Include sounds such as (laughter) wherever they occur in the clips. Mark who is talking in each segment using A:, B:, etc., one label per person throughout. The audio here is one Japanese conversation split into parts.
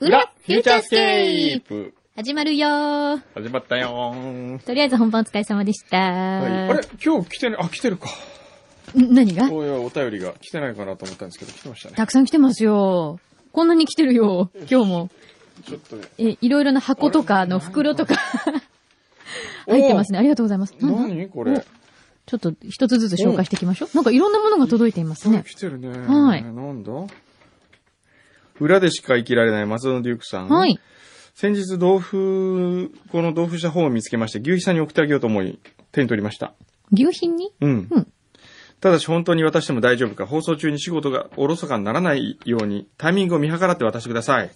A: 裏フューチャースケープ
B: 始まるよー。
A: 始まったよーん。
B: とりあえず本番お疲れ様でしたー。
A: はい、あれ今日来てね、あ、来てるか。
B: ん何が
A: (laughs) おいおいお便りが来てないかなと思ったんですけど、来てましたね。
B: たくさん来てますよー。こんなに来てるよー。今日も。
A: ちょっとね。
B: え、いろいろな箱とか、あの、袋とか、入ってますね。ありがとうございます。なんだ
A: 何これ。
B: ちょっと一つずつ紹介していきましょう。なんかいろんなものが届いています
A: あ
B: ね。
A: 来てるね。
B: はい
A: なんだ裏でしか生きられない松田のデュークさん。
B: は。い。
A: 先日、同封、この同封した本を見つけまして、牛皮さんに送ってあげようと思い、手に取りました。
B: 牛品に
A: うん。
B: うん
A: ただし本当に渡しても大丈夫か、放送中に仕事がおろそかにならないように、タイミングを見計らって渡してください。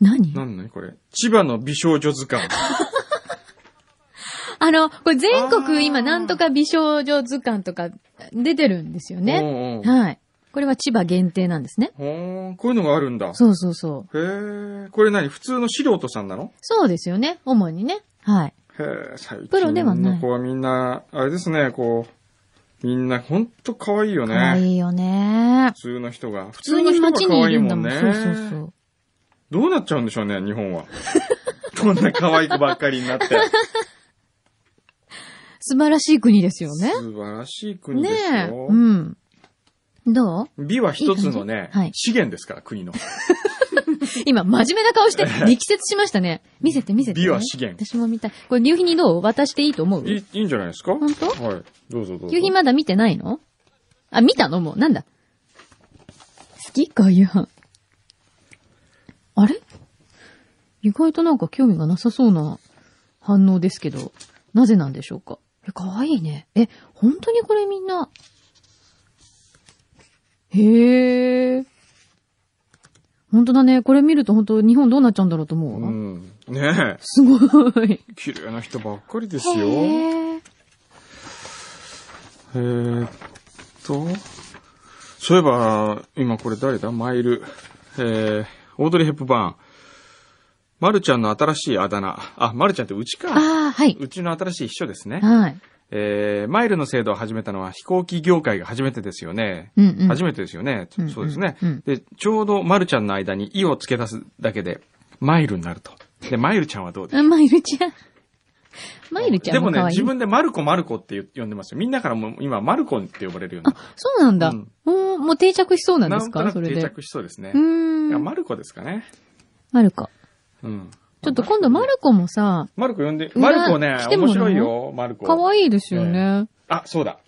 B: 何
A: なんなにこれ。千葉の美少女図鑑。
B: あの、これ全
A: あー
B: 国今なんとか美少女図鑑とか出てるんですよね。
A: ね
B: はい。これは千葉限定なんですね。
A: ほーん、こういうのがあるんだ。
B: そうそうそう。
A: へー、これ何普通の素人さんなの
B: そうですよね。主にね。はい。
A: へー、最近。
B: プロではない
A: の子はみんな、あれですね、こう、みんなほんと可愛いよ
B: かわ
A: ね。
B: いいよね。
A: 普通の人が。普
B: 普通に
A: 人が
B: 街にいるんだもん。
A: 可愛い
B: そうそうそう。
A: どうなっちゃうんでしょうね、日
B: (laughs)
A: 本は。こんな可愛くばっかりになって。
B: 素晴らしい国ですよね。
A: 素晴らしい国で
B: ね
A: すよ。
B: え。うん。どう
A: 美は一つのね
B: いい感、じはい
A: 資源ですから、国の。
B: 今、真面目な顔
A: (laughs)
B: して、力説しましたね。見せて見せて、ね。
A: 美は資源
B: 私も見たい。これ、夕日にどう渡していいと思う
A: いいいんじゃないですか
B: 本当
A: はい。どうぞどうぞ。
B: 夕日まだ見てないのあ、見たのもう。なんだ。好きか、夕飯。あれ意外となんか興味がなさそうな反応ですけど、なぜなんでしょうか。え、かわいいね。え、本当にこれみんな。へえ。本当だね。これ見ると本当日本どうなっちゃうんだろうと思う
A: う
B: わ。
A: ん。ねえ。
B: すごい。
A: 綺麗な人ばっかりですよ。え
B: へえ
A: ーっと。そういえば、今これ誰だマイル。えー、オードリー・ヘップバーン。マルちゃんの新しいあだ名。あ、マルちゃんってうちか。
B: ああ、はい。
A: うちの新しい秘書ですね。
B: はい。
A: えー、マイルの制度を始めたのは飛行機業界が初めてですよね。
B: うんうん。
A: 初めてですよね。
B: うん
A: そうですね、
B: うんうん
A: で、ちょうどマルちゃんの間にイを付け足すだけで、マイルになると。で、マイルちゃんはどうです
B: あ、マイルちゃん。 (laughs) マイルちゃ
A: で
B: ん
A: も
B: も
A: ね
B: 可、愛い。
A: 自分でマルコマルコって呼んでますよ。みんなからもう今マルコンって呼ばれるように
B: あ、そうなんだ。
A: うん
B: おーもう定着しそうなん
A: な
B: で
A: っ
B: す
A: て。な
B: か
A: ん
B: そ
A: とな
B: れ
A: く
B: で。う
A: 定着しそうですね。
B: ー
A: いや
B: ん。
A: マルコですかね。
B: マルコ。
A: うん。
B: ちょっと今度マルコもさ、
A: マルコ呼んで、
B: 裏
A: マルコね
B: 来、ても
A: 面
B: らう
A: 白いよ、マルコ。
B: 可愛いですよね。
A: あ、そうだ。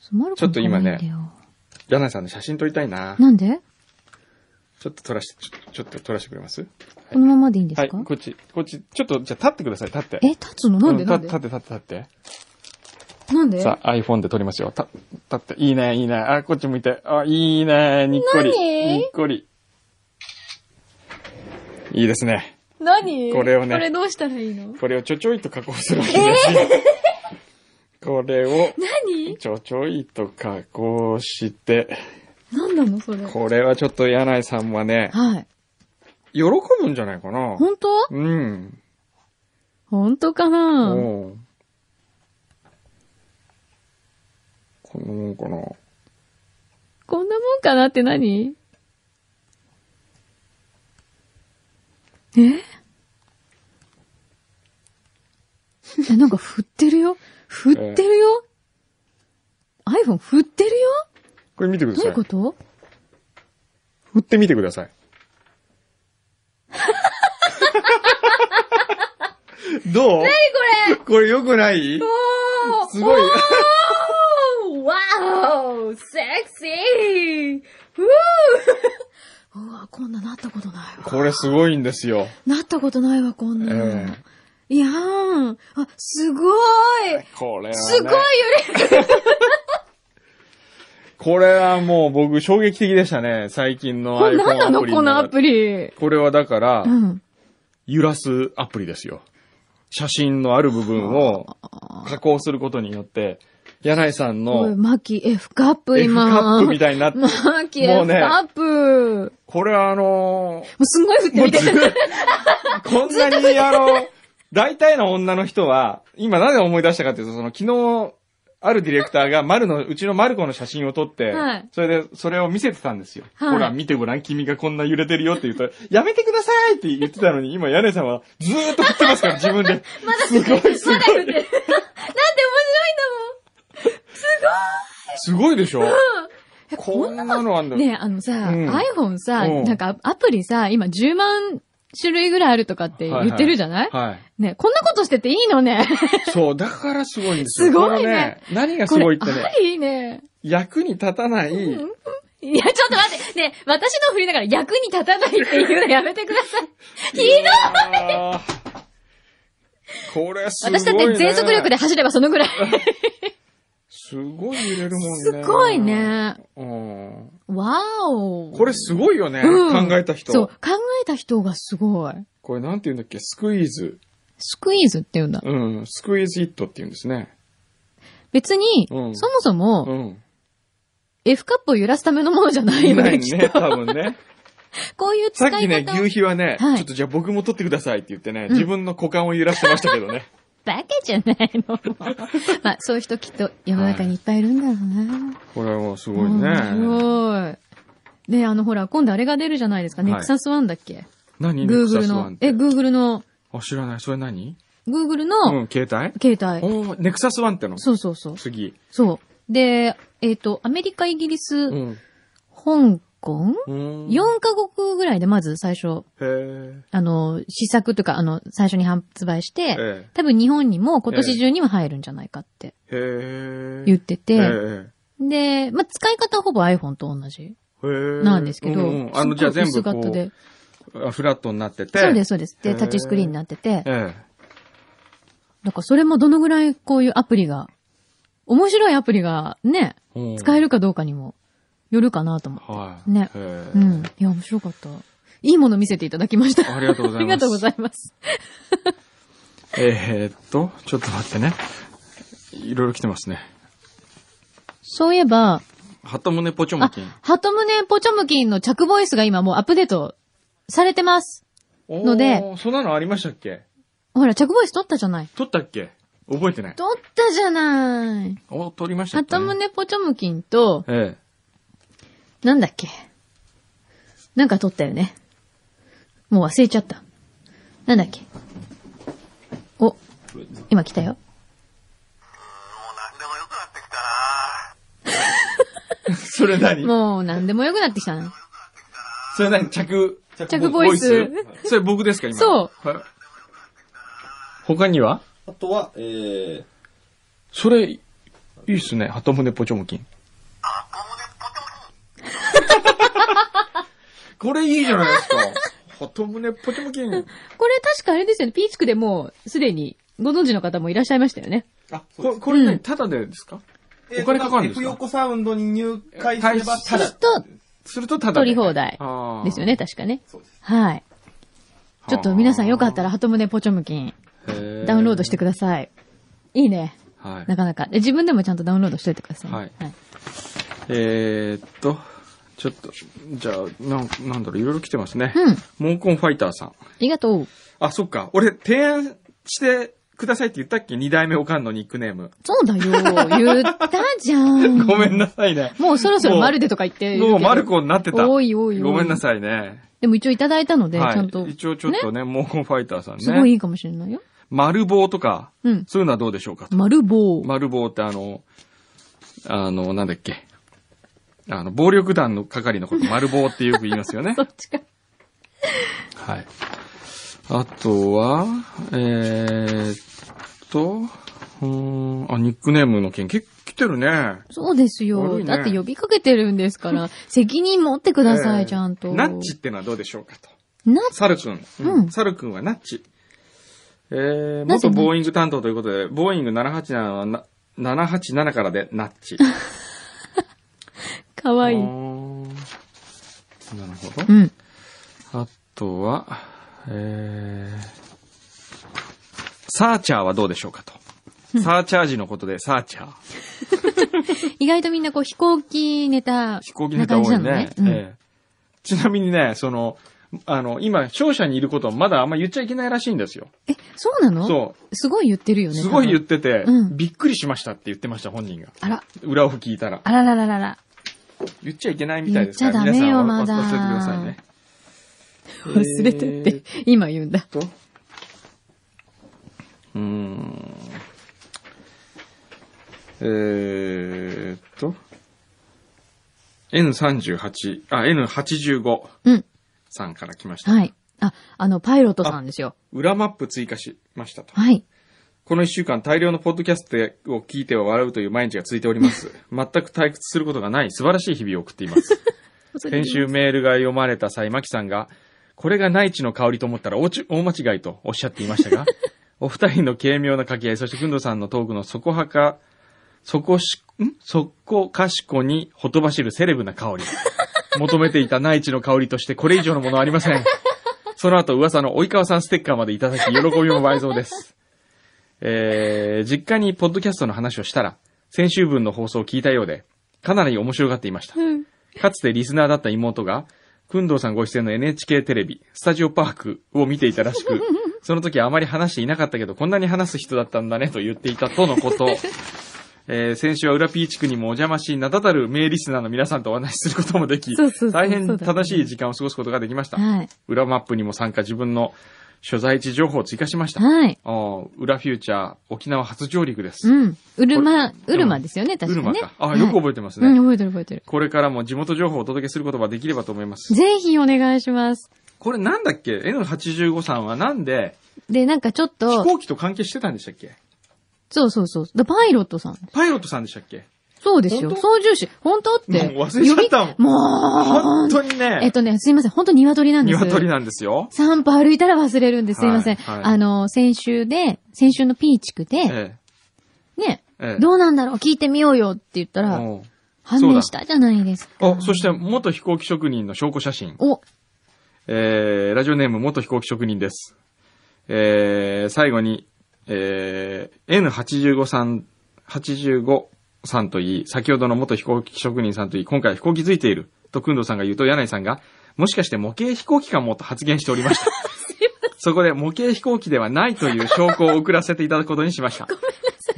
B: そうマルコ
A: ちょっと今ね
B: も可愛いんだよ
A: 柳井さんの写真撮りたいな。
B: なんで
A: ちょっと撮らして、ちょちょっと撮らせてくれます
B: このままでいいんで
A: は
B: す
A: い、
B: か、
A: こっち、こっち、ちょっと、じゃあ立ってください、立って。
B: え、立つのなんで
A: う
B: なん
A: 立
B: で
A: 立って、立って、立って。
B: なんで
A: さあ、iPhone で撮りますよ。た、立って。いいね、いいね。あ、こっち向いて。あ、いいね。にっこり。
B: 何
A: にっこり。いいですね。
B: 何
A: これをね
B: これどうしたらいいの
A: これをちょちょいと加工するわけですよ。これを、
B: 何
A: ちょちょいと加工して、
B: 何なのそれ。
A: これはちょっと柳井さんはね、
B: はい。
A: 喜ぶんじゃないかな。
B: 本当
A: うん。
B: 本当か
A: う。
B: なん
A: こんなもんかな。
B: こんなもんかなって何 (laughs) ええ、なんか振ってるよ振ってるよ、?iPhone 振ってるよ
A: これ見てくだ
B: どう
A: さ
B: い。
A: いう
B: こと
A: 振ってみてくだ
B: (laughs)
A: さい。どう
B: え、これ
A: これ良くない
B: お
A: すごい。
B: おーわーセクシーふーうわ、こんななったことないわ。
A: これすごいんですよ。
B: なったことないわ、こんなの。
A: え
B: いやーん。あ、すごい
A: これは、ね。
B: すごい揺れる。
A: これはもう僕衝撃的でしたね。最近の
B: これ
A: iPhone
B: 何な
A: ア
B: の
A: プリ
B: このアプリ。
A: これはだから
B: う、ん。
A: 揺らすアプリですよ。写真のある部分を加工することによって、柳井さん
B: これ、
A: の
B: マキ F カップ
A: F
B: 今。
A: カップみたいになって、
B: マキ
A: もう
B: F
A: ね
B: カップ。も
A: これはあのー
B: うすんごい振って
A: もう
B: みて
A: ず
B: る。
A: こんなに、あの、大体の女の人は、今なぜ思い出したかっていうと、その昨日、あるディレクターが、丸の、うちのマルコの写真を撮って、
B: はい
A: それで、それを見せてたんですよ。
B: はい
A: ほら、見てごらん、君がこんな揺れてるよって言うと、やめてくださいって言ってたのに、今、屋根さんはずーっと振ってますから、自分
B: (laughs)
A: で。すごい、す
B: (laughs) まだ (laughs)
A: ご
B: 食って。だって面白いんだ
A: い。すごいでしょ
B: え
A: こんなのあん
B: も
A: だ
B: ん。ねえ、あのさ、
A: うん
B: iPhone さ、
A: うん
B: なんかアプリさ、今10万種類ぐらいあるとかって言ってるじゃない、
A: はい。
B: ねえこんなことしてていいのね。
A: そう、だからすごいんです
B: す
A: よ。
B: ごいね
A: このね。何がす
B: こ
A: ごい
B: れ、
A: ってね
B: あ、りね。
A: 役に立たない、
B: いや、ちょっと待って。ねえ私の振りながら役に立たないっていうのやめてください。ひどい
A: あーこれすごい、ね。
B: 私だって全速力で。走ればそのぐらい。
A: すごい揺れる
B: (laughs)
A: もん
B: す
A: ね。
B: ごい。ね。
A: うん。
B: わーお。
A: これすごいよね。
B: うん
A: 考えた人。
B: そう、考えた人がすごい。
A: これなんて言うんだっけスクイーズ。
B: スクイーズって言うんだ。
A: うん。スクイーズイットって言うんですね。
B: 別に、
A: うん
B: そもそも、 (laughs)
A: うん。
B: F カップを揺らすためのものじゃないよ
A: な
B: ね、
A: い
B: きっ
A: ね、
B: と。
A: 多分ね。
B: (laughs) こういう使
A: さ
B: い
A: っ
B: 方。
A: きね、牛皮はね、
B: はい
A: ちょっとじゃあ僕も撮ってくださいって言ってね、
B: ん
A: 自分の股間を揺らしてましたけど
B: (laughs)
A: ね。
B: バカじゃないの。
A: (laughs)
B: まあ、そういう人きっと世の中にいっぱいいるんだろうな。
A: これはもうすごい
B: 面
A: ね。
B: 白い。で、あの、ほら、今度あれが出るじゃないですか。
A: はい
B: ネクサスワンだっけ ?Google
A: 何ネ
B: の
A: クサスワンっ、て
B: え、Google の、
A: あ、知らない。それ何
B: Google
A: う
B: の
A: ん、携帯
B: 携帯。
A: おーネクサスワンっての
B: そうそうそう。
A: 次。
B: そう。で、えっと、アメリカ、イギリス、
A: うん。
B: 香港
A: うん
B: ?4 カ国ぐらいでまず最初、
A: へー
B: あの、試作とか、あの、最初に発売して、
A: え
B: 多分日本にも今年中には入るんじゃないかって
A: え。へえ。
B: 言ってて、
A: ええ
B: で、まあ、使い方はほぼ iPhone と同じ
A: へー
B: なんですけど、
A: うんうんあの、じゃあ全部
B: すごい薄型
A: こ
B: で
A: う、あフラットになってて。
B: そうです、そうです。
A: へ
B: で、
A: ー
B: タッチスクリーンになってて、
A: え
B: なんかそれもどのぐらいこういうアプリが、面白いアプリがね、
A: え。うん
B: 使えるかどうかにもよるかなと思って。
A: はい。
B: ね
A: へー
B: うん。いや、面白かった。いいもの見せていただきました。
A: ありがとうございます
B: ありがとうございます。
A: えーっと、ちょっと待ってね。いろいろ来てますね。
B: そういえば、
A: ハトムネポチョム
B: あ
A: キン。、
B: ハトムネポチョムキンの着ボイスが今もうアップデートされてます。
A: おー
B: ので。
A: そんなのありましたっけ
B: ほら、着ボイス撮ったじゃない。
A: 撮ったっけ覚えてない。
B: 撮ったじゃない。
A: お、撮りました
B: ハ
A: っけ
B: トムネポチョムキンと、
A: え
B: なんだっけ。なんか撮ったよね。もう忘れちゃった。なんだっけ。お、今来たよ。
C: もう何でも良くなってきたな
A: え。それ何
B: もう何でもよくなってきたな。
A: それ何着、
B: 着ボイス
A: ボイスそれ僕ですか今。。
B: そう
A: 他には
D: あとは、えー、
A: それ、いいっすね。ハトムネポチョム
B: (laughs)
A: キン。
C: あ、ここでポテポテ
A: これいいじゃないですか。ハトムネポチョムキン。
B: これ確かあれですよね。ピーチクでもうすでにご存知の方もいらっしゃいましたよね。
D: あ、そうで
A: こ
D: す。
A: これ
B: うん
A: 何ただでですかお金かかるんですか
D: F 横サウンドに入会すれば、ただ。
B: と、
A: するとただ
B: 撮り放題
A: あー
B: ですよね、確かね。
D: そうです。
B: はい。ちょっと皆さんよかったら、ハトムネポチョムキン、ダウンロードしてください。いいね。
A: だはい。
B: なかなか。で自分でもちゃんとダウンロードしといてくださいね。
A: はいえーっと、ちょっと、じゃあ、なんなんだろう、いろいろ来てますね。
B: うん。あ
A: モンコンファイターさん。
B: りがとう。
A: あ、そっか。俺、提案してくださいって言ったっけ二代目おかんのニックネーム。
B: そうだよ。言ったじゃん。
A: (laughs) ごめんなさいね。
B: もうそろそろマルでとか言ってるけど。
A: もうマルコになってた。
B: おいおいおい
A: ごめんなさいね。
B: でも一応いただいたので、ち
A: はい。
B: ゃんと。
A: 一応ちょっとね、モンコンファイターさんね。
B: すごいいいかもしれないよ。
A: 丸棒とか、
B: うん。
A: そういうのはどうでしょうかと。
B: 丸棒。
A: 丸棒ってあの、あの、なんだっけ。あの、暴力団の係のこと、丸棒ってよく言いますよ
B: (laughs)
A: ね
B: (laughs) そ。っちか。
A: はい。あとは、えー、っと、うーん、あ、ニックネームの件、結構来てるね。
B: そうですよ。
A: 悪いね
B: だって呼びかけてるんです
A: (laughs)
B: から、責任持ってください、
A: えー
B: ちゃんと。
A: ナッチってのはどうでしょうかと。
B: ナッチ
A: サル君。
B: うん
A: サル君はナッチ。えー、
B: なぜナッチ
A: 元ボーイング担当ということで、ボーイング787はな、787からでナッ
B: (laughs)
A: チ。
B: かわいい。
A: うー
B: うん
A: なるほど。
B: ん。
A: あとは、えー、サーチャーはどうでしょうかと。サーチャージのことで、サーチャー。
B: 意外とみんなこう飛行機ネタ、
A: 飛行機ネタ多いね。
B: な感じなのね。うん
A: ええちなみにね、その、あの、今、商社にいることはまだあんま言っちゃいけないらしいんですよ。
B: え、そうなの。
A: そう
B: すごい言ってるよね。
A: すごい言
B: 多
A: っ
B: 分
A: てて、
B: うん
A: びっくりしましたって言ってました、本人が。
B: あら、
A: 裏を聞いたら。
B: あららららら。
A: 言っちゃいけないみたいですから、
B: 言っちゃダメよ
A: 皆さ
B: ま
A: ん
B: だ
A: 忘れてくださいね。
B: 忘れてって、今言うんだ。
A: と、うーん。えー、っと、N38、あ、N85
B: うん。
A: さんから来ました。
B: はい。あ、あの、パイロットさんですよ。
A: 裏マップ追加しましたと。
B: はい。
A: この一週間大量のポッドキャストを聞いては笑うという毎日が続いており
B: (laughs)
A: ます。全く退屈することがない素晴らしい日々を送っています。先週メールが読まれた際、マキさんが、これが内地の香りと思ったら大ち大間違いとおっしゃっていましたが、お二人の軽妙な掛け合い、そしてくんどさんのトークのそこはか、そこし、んそこかしこにほとばしるセレブな香り。求めていた内地の香りとしてこれ以上のものはありません。その後噂の及川さんステッカーまでいただき、喜びも倍増です。えー、実家にポッドキャストの話をしたら、先週分の放送を聞いたようで、かなり面白がっていました。
B: うん。
A: かつてリスナーだった妹が、くんどうさんご出演の NHK テレビ、スタジオパークを見ていたら
B: (laughs)
A: しく、その時あまり話していなかったけど、こんなに話す人だったんだねと言っていたと
B: (laughs)
A: のこと。えー先週は裏ピー地区にもお邪魔し、名だたる名リスナーの皆さんとお話しすることもでき
B: そうそうそうそう、だ
A: 大
B: ね
A: 変正しい時間を過ごすことができました。
B: はい。
A: 裏マップにも参加、自分の所在地情報を追加しました。
B: はい。
A: あー裏フューチャー、沖縄初上陸です。
B: うん。うるま
A: こ、れ
B: うるまですよね、確かに、ね。
A: うるまか。あー、よく
B: え
A: 覚えてますね。
B: うん、覚えてる覚えてる。
A: これからも地元情報をお届けすることができればと思います。
B: ぜひお願いします。
A: これなんだっけ ?N85 さんはなんで
B: で、なんかちょっ
A: 飛
B: と、
A: 行機と関係してたんでしたっけ
B: そうそうそう。でパイロットさん。
A: パイロットさんでしたっけ
B: そうですよ。
A: 本当
B: 操縦士。本当って。
A: もう忘れちゃったもん
B: 呼びも
A: 本
B: う、
A: 当にね、
B: えっとね、すいません。本当鶏なんです。
A: 鶏なんですよ。
B: 散歩歩いたら忘れるんです。すいません。
A: はいはい
B: あの、先週で、先週のピーチクで、
A: え
B: ね、
A: えええ
B: どうなんだろう聞いてみようよって言ったら、
A: うん
B: 判明したじゃないですか。
A: あ、そして、元飛行機職人の証拠写真。
B: お、
A: えー、ラジオネーム元飛行機職人です。えー、最後に、えー、N85 さん、85さんといい、先ほどの元飛行機職人さんといい、今回は飛行機づいている、と、くんどさんが言うと、柳井さんが、もしかして模型飛行機かもと発言しておりました。そこで模型飛行機ではないという証拠を送らせていただくことにしました。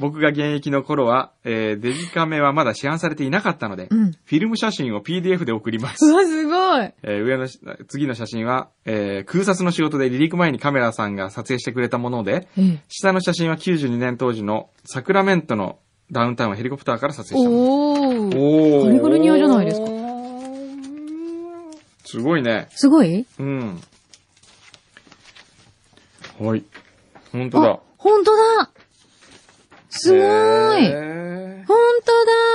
A: 僕が現役の頃は、えー、デジカメはまだ市販されていなかったので、
B: うん
A: フィルム写真を PDF で送ります
B: う。わ、すごい。
A: えー上のし、次の写真は、えー空撮の仕事で離陸前にカメラさんが撮影してくれたもので、
B: え
A: 下の写真は92年当時のサクラメントのダウンタウンをヘリコプターから撮影したもの。
B: おー。
A: おー
B: カリフォルニアじゃないですか。
A: すごいね。
B: すごい
A: うん。はい。本当だ
B: あ。、ほんとだすごい
A: へー
B: ほんと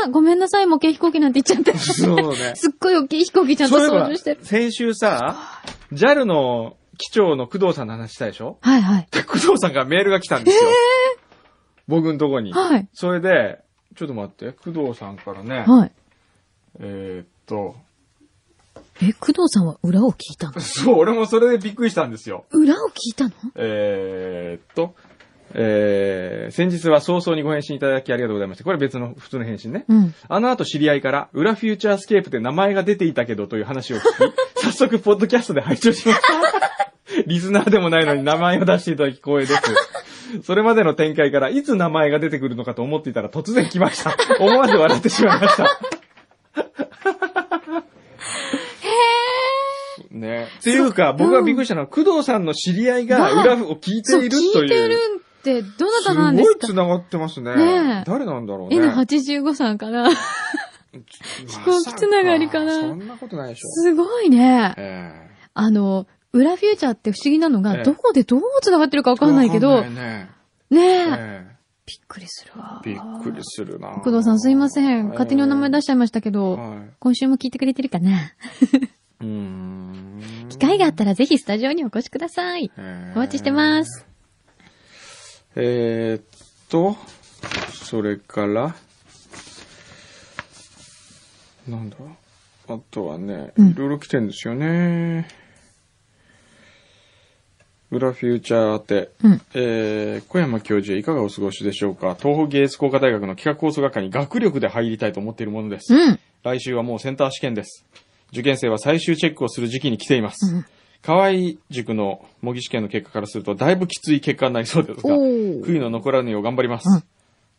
B: だごめんなさい、模型飛行機なんて言っちゃって。す
A: そう
B: (laughs) っ
A: ね。
B: ごい大きい飛行機ちゃんと
A: そういえ
B: 操
A: ば
B: 縦してる。
A: 先週さ、JAL の機長の工藤さんの話したでしょ
B: はいはい。
A: 工藤さんからメールが来たんですよ。僕のとこに。
B: はい
A: それで、ちょっと待って、工藤さんからね、
B: はい。
A: えーっと、 (laughs)
B: え、工藤さんは裏を聞いたの
A: そう、俺もそれでびっくりしたんですよ。
B: 裏を聞いたの
A: えーっと、えー、先日は早々にご返信いただきありがとうございました。これ別の普通の返信ね。
B: うん。
A: あの後知り合いから、裏フューチャースケープで名前が出ていたけどという話を聞き、
B: (laughs)
A: 早速ポッドキャストで拝聴しました。リスナーでもないのに名前を出していただき光栄です。それまでの展開から、いつ名前が出てくるのかと思っていたら突然来ました。思わず笑ってしまいま
B: (laughs)
A: した。ねっていうか、僕がびっくりしたのは、工藤さんの知り合いが裏を聞いて
B: そう、
A: いる
B: 聞
A: と
B: いて
A: いう。
B: るって、どなた
A: す
B: なん
A: ご
B: です
A: い
B: か
A: 繋がってますね。
B: ねえ
A: 誰なんだろうね。
B: N85 さんから。
A: 飛
B: 行機つながりかな
A: そんなことないでしょ。
B: すごいね。
A: ええ
B: あの、裏フューチャーって不思議なのが、
A: ええ
B: どこでどう繋がってるかわかんないけ
A: わ
B: ど
A: かん、ないね
B: ね
A: え
B: え、
A: え
B: びっくりするわ。
A: びっくりするな。
B: 工藤さんすいません。勝手にお名前出し
A: し
B: ちゃいましたけ
A: て
B: ど、
A: は。
B: 今週も聞いてくれてるかない
A: うーん。
B: 機会があったらぜひスタジオにお越しください。
A: ええ
B: お待ちしてま。す。
A: えー、っと、それから、なんだあとはね、
B: うん
A: いろいろ来てんですよね。裏フューチャー宛て。
B: うん。
A: えー小山教授いかがお過ごしでしょうか東方芸術工科大学の企画構想学科に学力で入りたいと思っているものです。
B: うん。
A: 来週はもうセンター試験です。受験生は最終チェックをする時期に来ています。
B: うん
A: 河合塾の模擬試験の結果からすると、だいぶきつい結果になりそうですが、
B: おー
A: 悔いの残らぬよう頑張ります。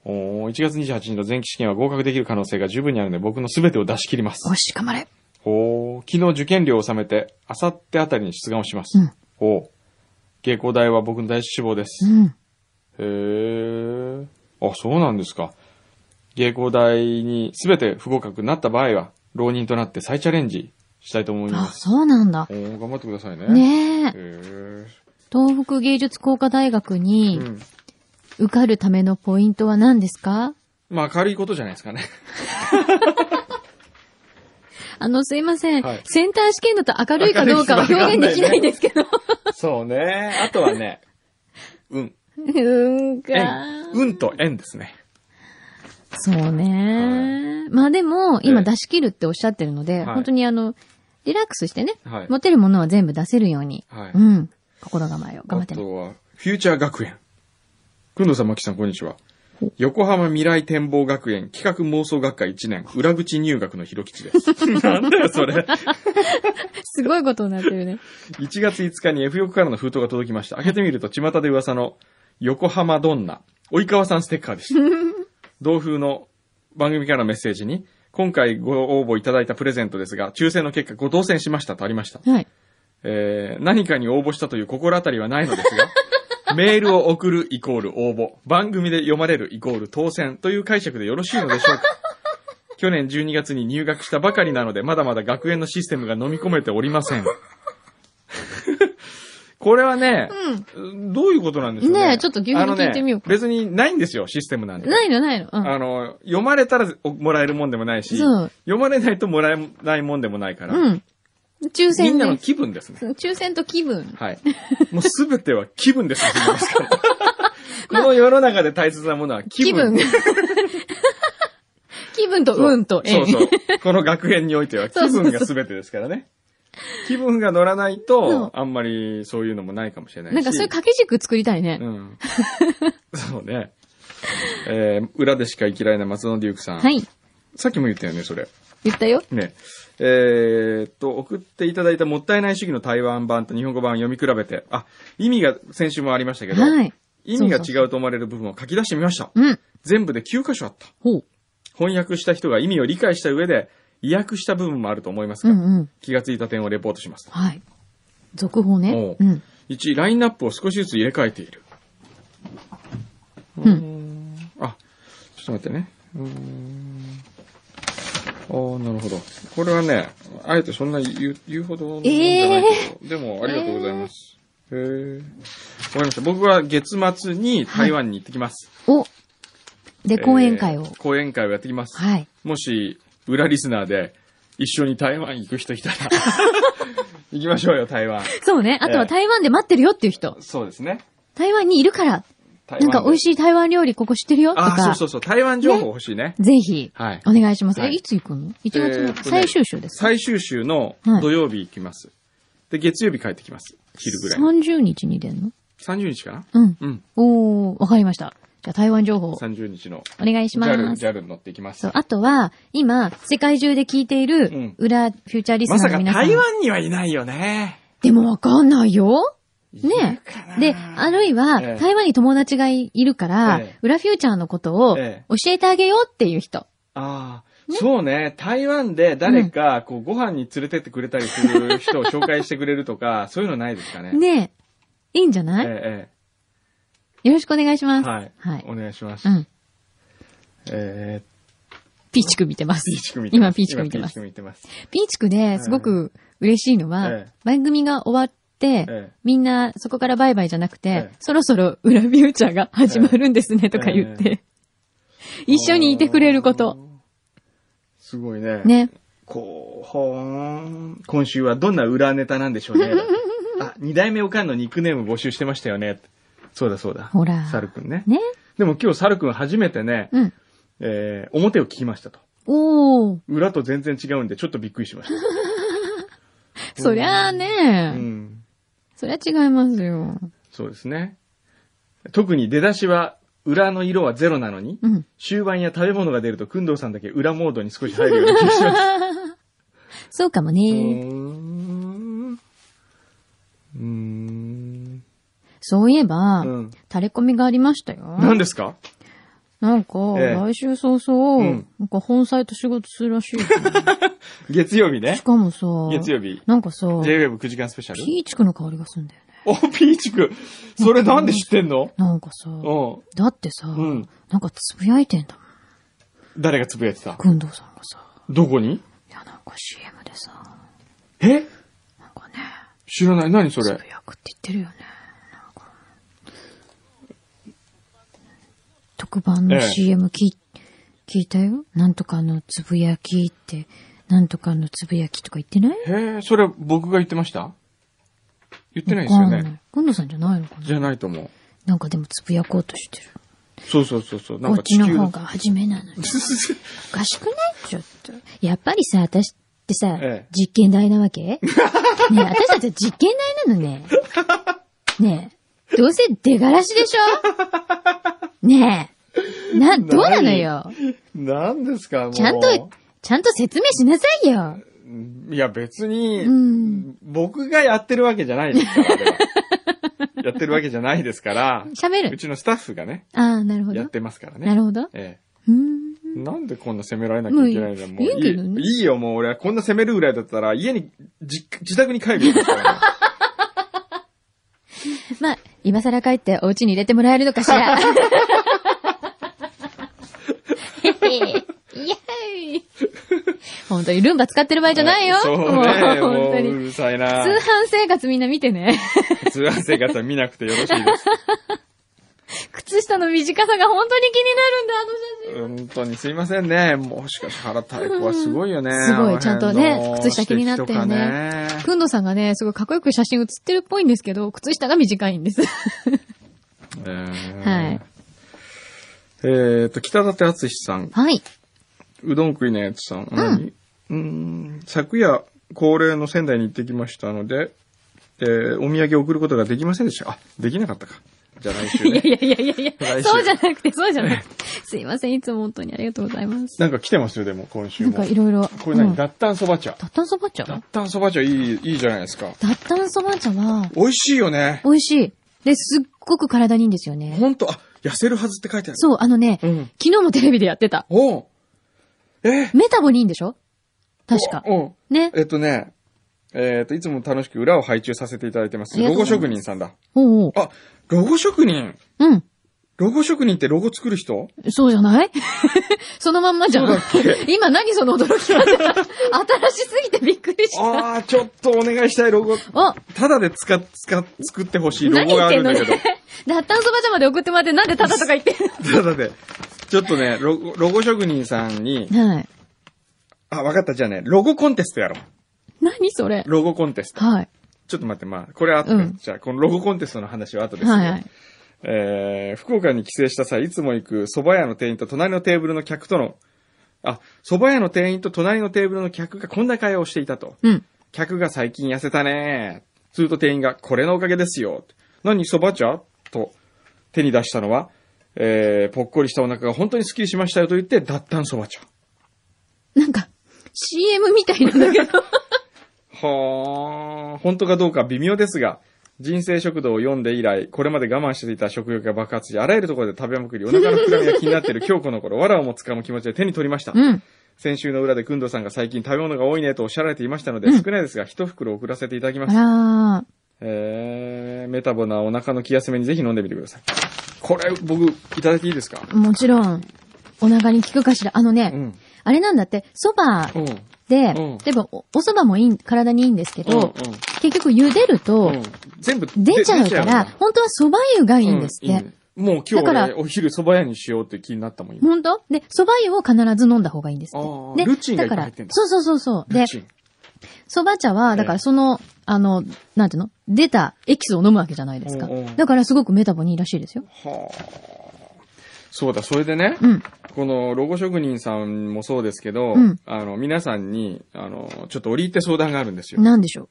A: おー1月28日の前期試験は合格できる可能性が十分にあるので、僕の全てを出し切ります
B: よ。し、頑張れ。
A: おー昨日受験料を納めて、あさってあたりに出願をします。
B: うん
A: おー芸工大は僕の第一志望です。
B: うん。
A: へーあ、そうなんですか。芸工大に全て不合格になった場合は、浪人となって再チャレンジしたいと思いま
B: あ、
A: す。
B: そうなんだ
A: お。ー頑張ってくださいね。
B: ね
A: へ
B: え。
A: ー
B: 東北芸術工科大学に
A: うん。
B: 受かるためのポイントは何ですか
A: まあ、軽いことじゃないですかね。
B: あの、すいません
A: はい。
B: センター試験だと明るいかどうかは表
A: 明るい
B: 現できないですけど。
A: (laughs) そうね。あとはね、 (laughs) うん。
B: うんか。
A: 縁。うんと縁ですね。
B: そうね。まあでも、今
A: ええ
B: 出し切るっておっしゃってるので、
A: はい
B: 本当にあの、リラックスしてね、
A: はい
B: 持てるものは全部出せるように、
A: はい
B: うん、心構えを頑張って
A: あ
B: ね。
A: とは、フューチャー学園。くんどうさん、まきさん、こんにちは。横浜未来展望学園企画妄想学科1年、裏口入学のひろきちです。 (laughs) なんだよ、それ。
B: すごいことになってるね。
A: 1月5日に F 横からの封筒が届きました。開けてみると、巷で噂の横浜どんな、及川さんステッカーでした。同封の番組からのメッセージに、今回ご応募いただいたプレゼントですが、抽選の結果ご当選しましたとありました。
B: はい。
A: えー何かに応募したという心当たりはないのです
B: (laughs)
A: が、メールを送るイコール応募、番組で読まれるイコール当選という解釈でよろしいのでしょうか去年12月に入学したばかりなので、まだまだ学園のシステムが飲み込めておりません。 (laughs) これはね、どういうことなんでしょうね。
B: ねえちょっと牛乳聞いてみようか
A: あのね別にないんですよ、システムなんで。
B: ないのないの。うん。
A: あの、読まれたらもらえるもんでもないし、
B: そう
A: 読まれないともらえないもんでもないから、
B: うん。抽
A: み
B: 選
A: んなの
B: で。
A: 気分ですね。
B: 抽選と気分。
A: はい。もうすべては気分です、自分で
B: (laughs)
A: すからこの世の中で大切なものは気
B: 気
A: 分。
B: 分。
A: (laughs)
B: 気分と
A: そう
B: 運と
A: そ
B: 縁。
A: うそう。この学園においては気
B: (laughs) そうそうそう
A: 分がすべてですからね。気分が乗らないと、あんまりそういうのもないかもしれないし。
B: なんかそういう掛け軸作りたいね。
A: うん。 (laughs) そうね。えー、裏でしか生きられない松野デュークさん。
B: はい。
A: さっきも言ったよね、それ。
B: 言ったよ。
A: ね。えーっと、送っていただいたもったいない主義の台湾版と日本語版を読み比べて、あ、意味が先週もありましたけど、
B: はい。
A: 意味が
B: そうそう
A: 違うと思われる部分を書き出してみました。
B: うん。
A: 全部で9箇所あった。
B: ほう。
A: 翻訳した人が意味を理解した上で、意訳した部分もあると思います
B: う
A: が、
B: んうん。
A: 気がついた点をレポートします。
B: はい。続報ね
A: お。
B: う
A: う
B: ん。
A: 1、ラインナップを少しずつ入れ替えている。
B: う
A: あ、ちょっと待ってね。うーん。ああ、なるほど。これはね、あえてそんな言う言うほどのものじゃないけど、でもありがとうございます。へえ。わかりました。僕は月末に台湾に行ってきます。
B: お。で、講演会を
A: え。ー講演会をやってきます。
B: はい。
A: もし、裏リスナーで、一緒に台湾行く人い
B: (laughs)
A: たら、行きましょうよ、台湾。
B: そうね。あと
A: え
B: は
A: え
B: 台湾で待ってるよっていう人。
A: そうですね。
B: 台湾にいるから、
A: 台
B: な
A: 湾
B: んか美味
A: い
B: しい台湾料理ここ知ってるよと
A: ああ、そう
B: か
A: そ、うそう、台湾情報欲しいね。
B: ぜひ、
A: はい
B: お願いします。
A: は
B: え、
A: い
B: いつ行くの ?1
A: えー
B: 月
A: っ
B: の
A: とね
B: 最終週です。
A: 最終週の
B: はい
A: 土曜日行きます。で、月曜日帰ってきます。昼ぐらい。
B: 30日に出んの
A: 30日かな
B: うん。
A: うん。
B: おー、わかりました。じゃあ台湾情報、お
A: 30日の
B: 願いしま
A: JAL、
B: す。
A: JAL に乗っていきま
B: そ
A: す
B: う、。あとは、今、世界中で聞いてい
A: うん
B: る、裏、フューチャーリス
A: ま
B: ナ
A: さ
B: ーの
A: か
B: 皆さん。
A: 台湾にはいないよね。
B: でもわかんないよ
A: い
B: ね
A: るかな
B: え。で、あるいは、
A: ええ
B: 台湾に友達がいいるから
A: ええ、
B: 裏フューチャーのことを教
A: ええ
B: えてあげようっていう人。
A: ああ、そうね。台湾で誰か、こう、ご飯に連れてってくれたりする人を紹介してくれるとか、 (laughs) そういうのないですかね。
B: ねえ。いいんじゃない
A: え
B: よろしくお願いし
A: え、ええ
B: ます。
A: はい。
B: はい。
A: お願いします。
B: うん。
A: え
B: ピーチク見てます。
A: ー、ピーチク見てま
B: 今
A: す。
B: ピーチク見てます
A: 今。ピーチク見てます。
B: ピーチクですごく嬉しいのは、
A: ええ
B: 番組が終わって、
A: ええ
B: みんなそこからバイバイじゃなくて、
A: ええ
B: そろそろ裏フューチャーが始まるんですねとか言って、一緒にいてくれること。
A: すごいね。。
B: ね。
A: こう、ほーん。今週はどんな裏ネタなんでしょ
B: (laughs)
A: うね。あ、二代目おかんのニックネーム募集してましたよね。そうだそうだ。
B: ほら
A: サルくんね。
B: ね。
A: でも今日サルくん初めてね、
B: うん。
A: えー、表を聞きましたと。
B: おー。
A: 裏と全然違うんでちょっとびっくりしまし
B: そりゃあ
A: た。
B: (laughs) ね、
A: うん。
B: そりゃ違いますよ。
A: そうですね。特に出だしは、裏の色はゼロなのに、
B: うん。
A: 終盤や食べ物が出ると、くんどうさんだけ裏モードに少し入るような気がします。
B: そうかも
A: うー
B: ね。
A: ん
B: そういえば、
A: うん
B: 垂れ込みがありましたよ。
A: 何ですか
B: なんか、
A: ええ
B: 来週早々、
A: うん
B: なんか本サイト仕事するらしいよ。
A: 月曜日ね
B: し。かもさ、
A: 月曜日。
B: なんかさ、
A: J-Wave9 時間スペシャル。
B: ピーチクの香りがすんだよね。
A: お、ピーチくん。それなんで知ってんの
B: なんかさ、
A: うん。
B: だってさ、
A: ん
B: なんかつぶやいてんだもん。
A: 誰がつぶやいてた
B: くんどうさんがさ、
A: どこに
B: いやなんか CM でさ、
A: え
B: なんかね、
A: 知らない。何そ
B: つ
A: れ
B: ぶ。やくって言ってるよね。なんか特番
A: え
B: の
A: え
B: CM 聞,、聞いたよ。なんとかのつぶやきって、なんとかのつぶやきとか言ってない
A: へえ、それ僕が言ってました言ってないです
B: わか
A: よ
B: んな
A: ね。。
B: くんどうさんじゃないのかな
A: じゃないと思う。
B: なんかでもつぶやこうとしてる。
A: そうそうそうそう。な
B: こ
A: ん
B: っ
A: か
B: ち
A: 地
B: の
A: 球
B: 方
A: の。
B: が初め
A: (laughs)
B: なのに。おかしくないちょっと。やっぱりさ、私ってさ、
A: ええ
B: 実験台なわ
A: (laughs)
B: けねえ私たちは実験台なのね。ねえ、どうせ出がらしでしょねえ、な、どうなのよ。
A: 何ですかもう。
B: ちゃんと、ちゃんと説明しなさいよ。
A: いや別に、
B: うん
A: 僕がやってるわけじゃないですから
B: (laughs)
A: あれは。やってるわけじゃないですから。
B: 喋
A: う
B: る。
A: ちのスタッフがね、
B: ああ、なるほど。
A: やってますからね。
B: なるほど。う
A: え
B: ーん。
A: え。なんでこんな責められなきゃいけないんだ
B: も
A: も
B: う
A: う
B: いい
A: い
B: いいけどね
A: いいよ、もう俺はこんな責めるぐらいだったら、家に、じ、自宅に帰るよ。だから
B: まあ、今更帰ってお家に入れてもらえるのかしら。イエーイ本当にルンバ使ってる場合じゃないよ。
A: そう
B: も
A: ね、
B: う
A: も
B: 本当
A: うう
B: に。
A: るさいな
B: 通。販生活みんな見てね。 (laughs)
A: 通販生活は見なくてよろしいです。
B: 靴下の短さが本当に気になるんだ、あの写真。
A: 本当にすいませんね。もしかし原太鼓はすごいよね。
B: すごいちゃんとね
A: あの辺の
B: 靴下気になってるね
A: 指摘とかね
B: くんどさんがね、すごいかっこよく写真写ってるっぽいんですけど、靴下が短いんです。は。
A: はいえーと、北舘敦史さん、
B: はい。
A: うどん食いのやつさん、何うーん、昨夜恒例の仙台に行ってきましたので、えーお土産を送ることができませんでした。あ、できなかったか。じゃあ来
B: (laughs)
A: 週
B: いや (laughs)
A: ね。
B: いやいやいやいや、
A: 来週
B: そうじゃなくて、そうじゃなくて。すいません、いつも本当にありがとうございます。
A: なんか来てますよ、でも今週
B: なん
A: も。
B: かいろいろ。
A: これ何、
B: うん
A: 脱炭そば茶。
B: 脱炭素ば茶
A: 脱炭そば茶いい、いいじゃないですか。
B: 脱炭素ば茶は、
A: 美味しいよね。
B: 美味しい。で、すっごく体にいいんですよね。
A: ほんと、あ、痩せるはずって書いてある。
B: そう、あのね、
A: うん
B: 昨日もテレビでやってた。
A: おうえ
B: メタボにいいんでしょ確か。
A: おう
B: ね。
A: えっとね、えっと、いつも楽しく裏を配中させていただいてます。
B: ありが
A: ロ
B: とうご
A: ゴ
B: ざいます
A: 職人さんだ。
B: おうおう。
A: あ、ロゴ職人
B: うん。
A: ロゴ職人ってロゴ作る人
B: そうじゃない (laughs) そのまんまじゃん
A: そうだっ。
B: 今何その驚きなんだ新しすぎてびっくりした。
A: ああ、ちょっとお願いしたいロゴ。
B: お
A: ただで使っ、使っ、作ってほしいロ
B: 何
A: ゴ
B: 言
A: が
B: ってんの
A: あるんだ
B: ね
A: けど。。
B: (laughs) 脱炭素ば茶まで送ってもらってなんでタダとか言ってん
A: ただで。ちょっとね、ロゴ、ロゴ職人さんに、
B: のはい。
A: あ、わかった、じゃあね、ロゴコンテストやろう。
B: 何それ
A: ロゴコンテスト。
B: はい。
A: ちょっと待って、まあ、これは後で、
B: うん
A: じゃあ、このロゴコンテストの話は後ですよ
B: はいはい。
A: えー、福岡に帰省した際、いつも行く蕎麦屋の店員と隣のテーブルの客との、あ、蕎麦屋の店員と隣のテーブルの客がこんな会話をしていたと。
B: うん。
A: 客が最近痩せたねー。すると店員が、これのおかげですよ。何、蕎麦茶と手に出したのは、えー、ぽっこりしたお腹が本当にスッキリしましたよと言って、脱炭蕎麦茶。
B: なんか、CM みたいなんだけど。
A: はー、本当かどうか微妙ですが、人生食堂を読んで以来、これまで我慢していた食欲が爆発し、あらゆるところで食べまくり、お腹の膨らみが気になっている今日この頃、わらをもつかむ気持ちで手に取りました。
B: うん。
A: 先週の裏で、くんどさんが最近食べ物が多いねとおっしゃられていましたので、少ないですが、一袋送らせていただきます。
B: あらー。
A: えー、メタボなお腹の気休めにぜひ飲んでみてください。これ、僕、いただいていいですか
B: もちろん、お腹に効くかしら。あのね、
A: うん。
B: あれなんだって、蕎
A: う
B: 麦
A: ん。
B: で、
A: う
B: 例
A: ん
B: えばおお蕎麦もいい、体にいいんですけ
A: うん。うん
B: ど、結局茹でると、
A: うん。全部
B: 出ちゃう
A: 出
B: から、本当は蕎麦湯がいいんですって。
A: ういいねもう今
B: だか
A: 日ね
B: ら、
A: お昼蕎麦屋にしようって気になったもん、今。
B: 本当で、蕎麦湯を必ず飲んだ方がいいんです
A: あ
B: っ
A: ー
B: て。で、
A: ルチンがいっぱい入ってんだ
B: そうそうそうそう。で
A: ル、チン
B: 蕎麦茶は、だから
A: ええ
B: その、あの、なんていうの出たエキスを飲むわけじゃないですか
A: うんう。ん
B: だからすごくメタボにいいらしいですよ。
A: はあ。そうだ、それでね、
B: うん。
A: このロゴ職人さんもそうですけど、
B: うん
A: あの、皆さんに、あの、ちょっと折り入って相談があるんですよ。
B: なんでしょ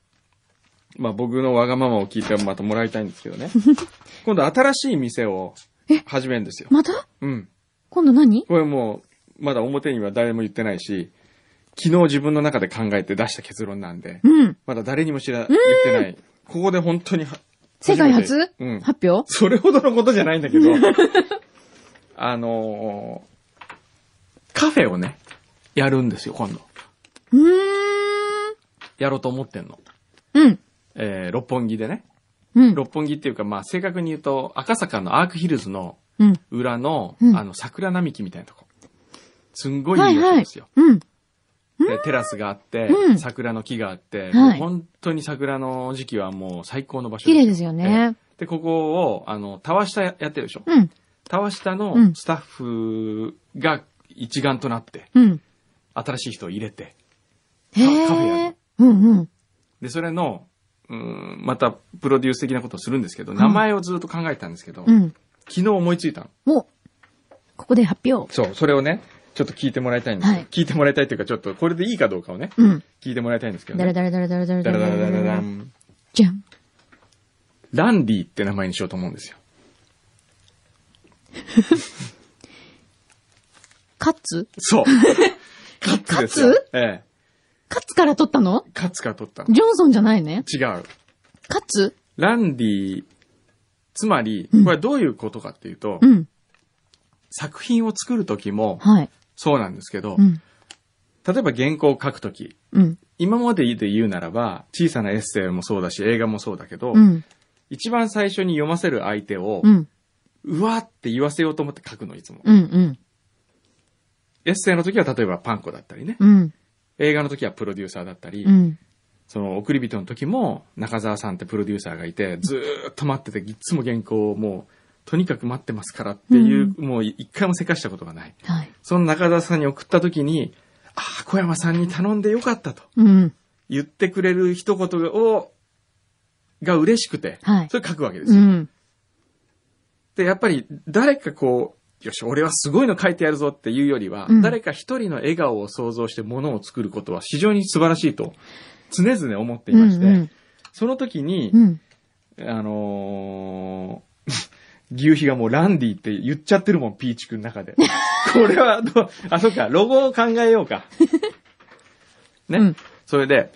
A: まあ僕のわがままを聞いてまたもらいたいんですけど
B: (laughs)
A: ね。今度新しい店を始めるんですよ
B: う。また
A: うん。
B: 今度何
A: これもう、まだ表には誰も言ってないし、昨日自分の中で考えて出した結論なんで、
B: うん。
A: まだ誰にも知ら、言ってない。ここで本当には
B: 世界初
A: 初めてうん
B: 発表
A: それほどのことじゃないんだけど、 (laughs) あのーカフェをね、やるんですよ、今度。
B: うーん。
A: やろうと思ってんの。
B: うん。
A: えー、六本木でね。
B: うん。
A: 六本木っていうか、まあ、正確に言うと、赤坂のアークヒルズの
B: うん。
A: 裏の、
B: うん
A: あの、桜並木みたいなとこ。すんごい
B: はいい
A: い場所
B: はい
A: ですよ。。
B: うん。
A: で、テラスがあって、
B: うん
A: 桜の木があっ
B: は
A: て、
B: い
A: もう本当に桜の時期はもう最高の場所
B: 綺麗ですよね。
A: ええ。で、ここを、あの、タワシタやってるでしょ。
B: うん。
A: タワシタ
B: う
A: の
B: ん
A: スタッフが一丸となって、
B: うん。
A: 新しい人を入れて、
B: へ
A: カフェや
B: え。うんうん。
A: で、それの、うん、また、プロデュース的なことをするんですけど、名前をずっと考えてたんですけど、
B: うん。
A: 昨日思いついたの。
B: お、ここで発表。
A: そう、それをね、ちょっと聞いてもらいたいんですよ。
B: はい
A: 聞いてもらいたいというか、ちょっとこれでいいかどうかをね、
B: うん。
A: 聞いてもらいたいんですけど、
B: だら
A: ね。
B: だらだらだらだらだ
A: だ
B: ら
A: ら
B: だ
A: だ
B: ら
A: ら
B: だら
A: だ
B: だ
A: らだ
B: ら。
A: ん。
B: じゃん。
A: ランディって名前にしようと思うんですよ。
B: カツ
A: そう。カッツですよ
B: (laughs) カツ
A: ええ。
B: カツから取ったの
A: カッツから取った
B: ジョンソンじゃないね。
A: の。違う。
B: カツ
A: ランディ、つまり、これはどういうことかっていうと、
B: うん。
A: 作品を作るときも
B: はい。
A: そうなんですけど、
B: うん。
A: 例えば原稿を書くとき、
B: うん。
A: 今までで言うならば、小さなエッセイもそうだし、映画もそうだけど、
B: うん。
A: 一番最初に読ませる相手を、
B: うん。
A: うわって言わせようと思って書くの、いつも。
B: うん。うん。
A: エッセイの時は例えばパンコだったりね、
B: うん。
A: 映画の時はプロデューサーだったり、
B: うん。
A: その送り人の時も中澤さんってプロデューサーがいて、ずーっと待ってて、いつも原稿をもう、とにかく待ってますからっていう、もう一回もせかしたことがない。
B: はい。
A: その中澤さんに送った時に、ああ、小山さんに頼んでよかったと
B: うん。
A: 言ってくれる一言を、が嬉しくて、
B: はい
A: それ書くわけです
B: う
A: よ。
B: ん。
A: で、やっぱり誰かこう、よし、俺はすごいの書いてやるぞっていうよりは、
B: うん
A: 誰か一人の笑顔を想像して物を作ることは非常に素晴らしいと常々思っていまして、
B: うん。
A: その時に、
B: うん。
A: あのー、 (laughs) 牛皮がもうランディって言っちゃってるもん、ピーチくんの (laughs) 中で。これはどう、あ、そっか、ロゴを考えよう (laughs) か。ね、
B: うん
A: それで、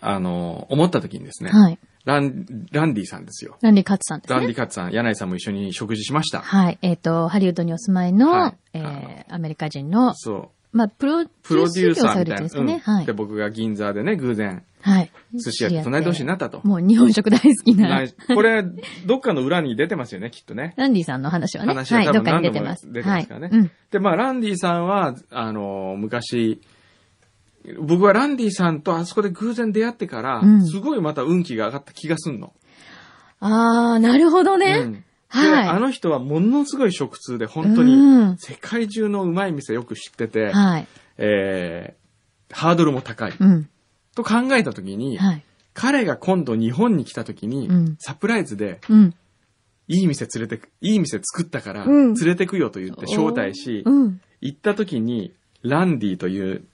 A: あのー思った時にですね、
B: はい。
A: ラン、ランディさんですよ。
B: なんでカツさんです
A: ランデ
B: ね
A: ィ。カツさん、柳井さんも一緒に食事しました。
B: はい。えっと、ハリウッドにお住まい
A: は
B: の
A: い、
B: えー、アメリカ人の、
A: そう。
B: まあ、プロデ
A: プ
B: ュ
A: ロ
B: ー
A: デ
B: ス
A: ュ
B: 業
A: ー
B: を
A: サ
B: さ
A: ー
B: れ
A: み
B: てる
A: たいな。
B: んですよね。
A: うん
B: はい
A: で、。僕が銀座でね、偶然、
B: はい。
A: 寿司屋で隣同士になったと。
B: もう日本食大好きな
A: な。これ、どっかの裏に出てますよね、きっとね。
B: ランディさんの話はね。
A: 話は
B: はい、
A: 多
B: ど
A: 分
B: っかに出てます。
A: 何度も出てますからね
B: はい。うん。
A: で、まあ、ランディさんは、あの、昔、僕はランディさんとあそこで偶然出会ってから、
B: うん
A: すごいまた運気が上がった気がすんの。
B: あー、なるほどね。
A: うんで
B: はい
A: あの人はものすごい食通で、本当に、
B: うん
A: 世界中のうまい店よく知ってて、
B: はい。
A: えー、ハードルも高い。
B: うん。
A: と考えたときに、
B: はい。
A: 彼が今度日本に来たときに、
B: うん
A: サプライズで、
B: うん。
A: いい店連れてく、いい店作ったから、
B: うん
A: 連れてくよと言って招待し、
B: うん。
A: 行った時に、ランディという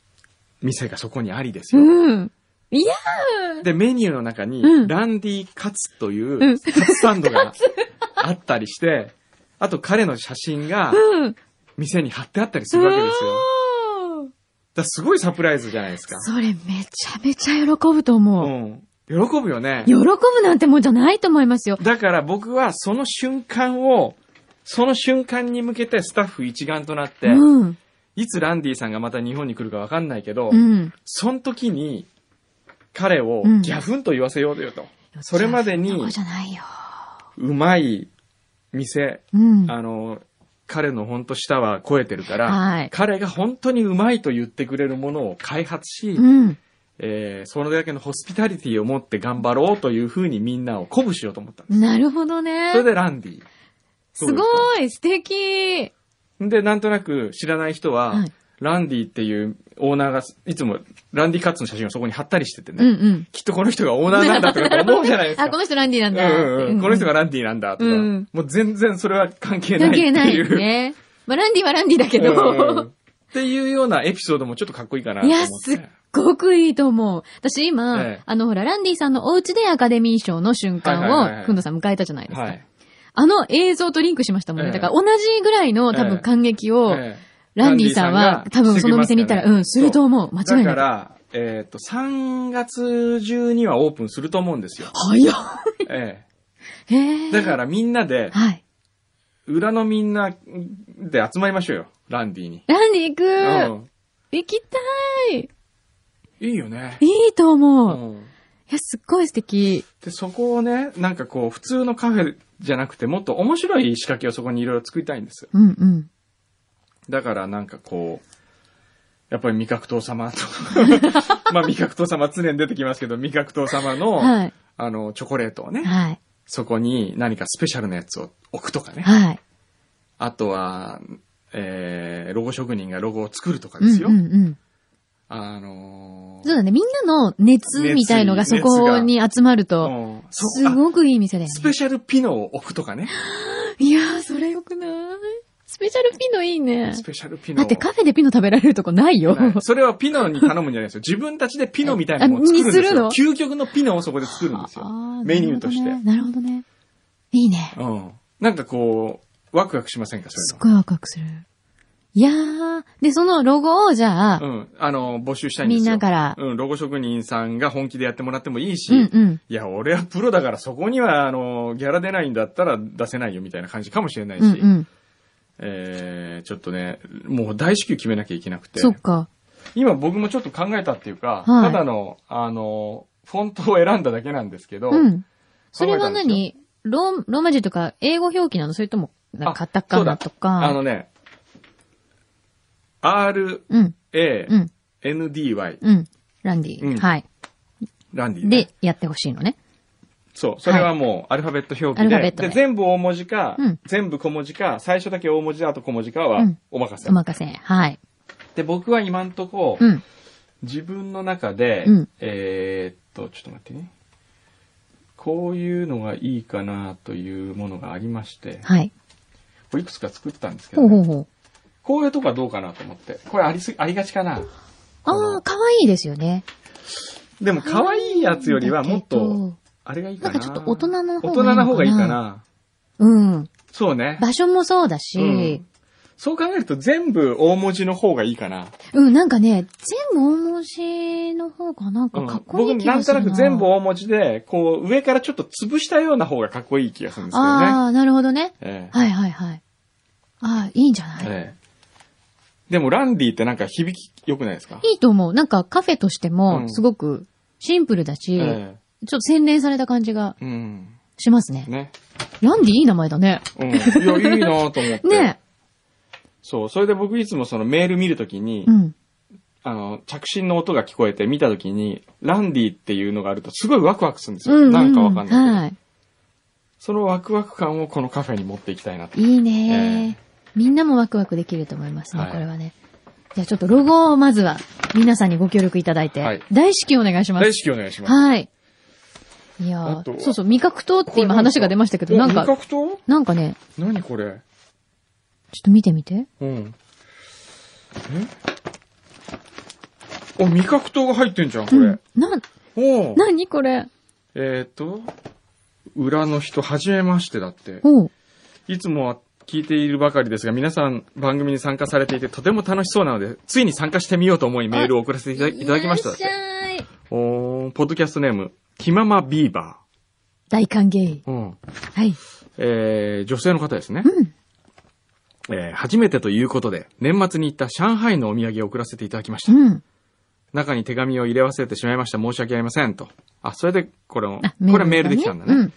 A: 店がそこにありですよ。
B: うん。いや
A: で、メニューの中に、
B: うん
A: ランディカツといううんカツサンドがあったりして、あと彼の写真が
B: ーうん。
A: 店に貼ってあったりするわけですよ。だか
B: おー
A: らすごいサプライズじゃないですか。
B: それめちゃめちゃ喜ぶと思
A: う
B: う。
A: ん。喜ぶよね
B: 喜。ぶなんてもんじゃないと思いますよ。
A: だから僕はその瞬間を、その瞬間に向けてスタッフ一丸となって、
B: うん。
A: いつランディさんがまた日本に来るかわかんないけど、
B: うん。
A: その時に、彼を
B: うん
A: ギャフンと言わせようとよと。それまでに
B: そんなことじゃないよ。
A: うまい店、
B: うん。
A: あの、彼の本当舌は超えてるから、
B: はい
A: 彼が本当にうまいと言ってくれるものを開発し、
B: うん。
A: えーそれだけのホスピタリティを持って頑張ろうというふうにみんなを鼓舞しようと思ったんです。
B: なるほどね
A: それ。でランディ。
B: す
A: どう
B: ご
A: です
B: い素敵
A: かで、なんとなく知らない人は、
B: はい
A: ランディっていうオーナーが、いつもランディカッツの写真をそこに貼ったりしててね、
B: うんうん。
A: きっとこの人がオーナーなんだとか思うじゃないですか。
B: (laughs) あ、この人ランディなんだ。
A: うんうんうん、この人が
B: ラ
A: ランディなんだとか、
B: うん
A: もう全然それは関係
B: ン
A: ない
B: 関
A: っていう。
B: 係ない
A: (laughs)
B: ね。まあ、ランディはランディだけ
A: うん
B: ど。
A: っていうようなエピソードもちょっとかっこいいかなと
B: い
A: 思っ
B: や、
A: て。
B: すっ (laughs) ごくいいと思う。私今、
A: ええ
B: あの、ほら、ランディさんのお家でアカデミー賞の瞬
A: はいはいはいは
B: 間
A: い
B: を、くんどさん迎えたじゃないですか。
A: はい。
B: あの映像とリンクしましたもんね。
A: ええ
B: だから、同じぐらいの多
A: ええ
B: 分感激を、
A: ええ
B: ランディさんは、
A: ラ
B: 多
A: ンディさんが
B: 分そのお店に行ったら、
A: してくれ
B: う
A: ま
B: ん、
A: す
B: す
A: よね
B: ると思う。間違い
A: だ
B: な
A: か
B: い。
A: (laughs) ら、えっ、と、3月中にはオープンすると思うんですよ。
B: 早っ
A: え
B: へ
A: え。
B: え。
A: だからみんなで、
B: はい。
A: 裏のみんなで集まりましょうよ。ランディに。
B: ランディ行く、
A: うん。
B: 行きたい
A: いいよね。
B: いいと思
A: う
B: う、い
A: ん。
B: や、すっごい素敵。
A: で、そこをね、なんかこう、普通のカフェじゃなくて、もっと面白い仕掛けをそこにいろいろ作りたいんです。
B: うんうん。
A: だからなんかこう、やっぱり味覚糖様
B: (laughs)
A: と、まあ味覚糖様常に出てきますけど、味覚糖様の、
B: はい。
A: あの、チョコレートをね、
B: はい。
A: そこに何かスペシャルなやつを置くとかね。
B: はい。
A: あとは、えー、ロゴ職人がロゴを作るとか
B: う
A: で
B: ん
A: すよ。
B: うんうん。
A: あのー
B: そうだね。みんなの熱みたいのが
A: 熱
B: そ
A: 意
B: こに集まると、
A: うんそ
B: す
A: あ
B: ごくいい店だよ
A: ス
B: ね。
A: ペシャルピノを置くとかね。
B: いやー、それよくないスペシャルピノいいね
A: ス。ペシャルピノ
B: だ
A: を。
B: ってカフェでピノ食べられるとこないよ。
A: はいそれはピノに頼むんじゃないですよ。自分たちでピノみたいなものを作るんです
B: あ
A: よ。
B: にす
A: 究極のピノをそこで作るんですよ
B: あ。
A: メニューとして。
B: なるほどねなるほどね。いいね。
A: うん。なんかこう、ワクワクしませんか、そ
B: すっ
A: う
B: ごいワクワクする。いやー。で、そのロゴをじゃあ、
A: いうの。うん。あの、募集したいんです
B: み
A: よ。
B: んなから。
A: うん、ロゴ職人さんが本気でやってもらってもいいし、
B: うんうん。
A: いや、俺はプロだからそこには、あの、ギャラ出ないんだったら出せないよみたいな感じかもしれないし、
B: うんうん。
A: えー、ちょっとね、もう大至急決めなきゃいけなくて
B: そ、っか。
A: 今僕もちょっと考えたっていうか、
B: はい
A: ただの、あの、フォントを選んだだけなんですけど、
B: うん。それは
A: 考えたんです
B: 何ローローマ字とか英語表記なのそれとも、なんかカ
A: あ
B: タカナとか。
A: あのね、R,
B: うん、
A: A,
B: うん、
A: N, D, Y,
B: うん。ランディ。
A: うん
B: はい。
A: ランディ、ね
B: で、やってほしいのね。
A: そう。それはもう、アルファベット表記
B: アルファベ
A: で。
B: ットで
A: で、全部大文字か、
B: うん
A: 全部小文字か、最初だけ大文字で、あと小文字か
B: う
A: は
B: ん、
A: お任せ。
B: お任せ。はい。
A: で、僕は今んとこ、
B: うん。
A: 自分の中で、
B: うん
A: えーっと、ちょっと待ってね。こういうのがいいかなというものがありまして、
B: はい。
A: これいくつか作ったんですけ
B: ほ
A: ど
B: うほ
A: ね、
B: うほう。
A: こういうとこはどうかなと思って。これありす、ありがちかな。
B: ああ、かわいいですよね。
A: でも、可愛いやつよりはもっ
B: だけ
A: と、
B: ど。
A: あれがいいかな。
B: なんかちょっと大人の方がいいの
A: 大
B: かな
A: 人の方がいいかな。
B: うん。
A: そうね。
B: 場所もそうだし、
A: そう考えると全部大文字の方がいいかな。
B: うん、なんかね、全部大文字の方がなんかかっこいい
A: 僕
B: 気が
A: なん
B: す
A: と
B: るな。
A: なく全部大文字で、こう上からちょっと潰したような方がかっこいい気がするんですけどね。
B: ああ、なるほどね。
A: ええ
B: はいはいはい。ああ、いいんじゃない、
A: ええでもランディってなんか響き良くないですか
B: いいと思う。なんかカフェとして
A: う
B: も、
A: ん
B: すごくシンプルだし、
A: え
B: ちょっと洗練された感じが
A: えうん。
B: しますね。
A: ね。
B: ランディいい名前だね。
A: うん。い
B: (laughs)
A: や、いいなと思って。
B: ね
A: そう。それで僕いつもそのメール見るときに、
B: うん。
A: あの、着信の音が聞こえて見たときに、ランディっていうのがあるとすごいワクワクするんです
B: う
A: よ。
B: ん、うん。
A: なんかわかんないけど、
B: はい。
A: そのワクワク感をこのカフェに持っていきたいなと。
B: いいね、みんなもワクワクできると思いますね、
A: はい
B: これはね。じゃあちょっとロゴをまずは皆さんにご協力いただいて、
A: はい
B: 大至急お願いします。
A: 大至急お願いします。
B: はい。いや
A: あとは
B: ーそうそう、味覚糖って
A: これな
B: 今
A: んか
B: 話が出ましたけど、
A: お
B: なん
A: 味
B: か、
A: 覚糖
B: なんかね、
A: 何これ
B: ちょっと見てみて。
A: うん。えお、味覚糖が入ってんじゃん、これ。
B: うん。な、
A: おう
B: なにこれ
A: えっ、と、裏の人、はじめましてだって。
B: おう。
A: いつもは聞いているばかりですが、皆さん番組に参加されていてとても楽しそうなので、ついに参加してみようと思いメールを送らせていただいただきましただっ
B: いら
A: て。
B: っしゃい。
A: おーポッドキャストネーム、気ままビーバ
B: 大歓迎。
A: ー。うん。
B: はい。
A: えー、女性の方ですね。
B: うん。
A: えー、初めてということで、年末に行った上海のお土産を送らせていただきました。
B: うん。
A: 中に手紙を入れ忘れてしまいました。申し訳ありません。と。あ、それで、これを、
B: あ、
A: これはメールできたんだね。
B: うん。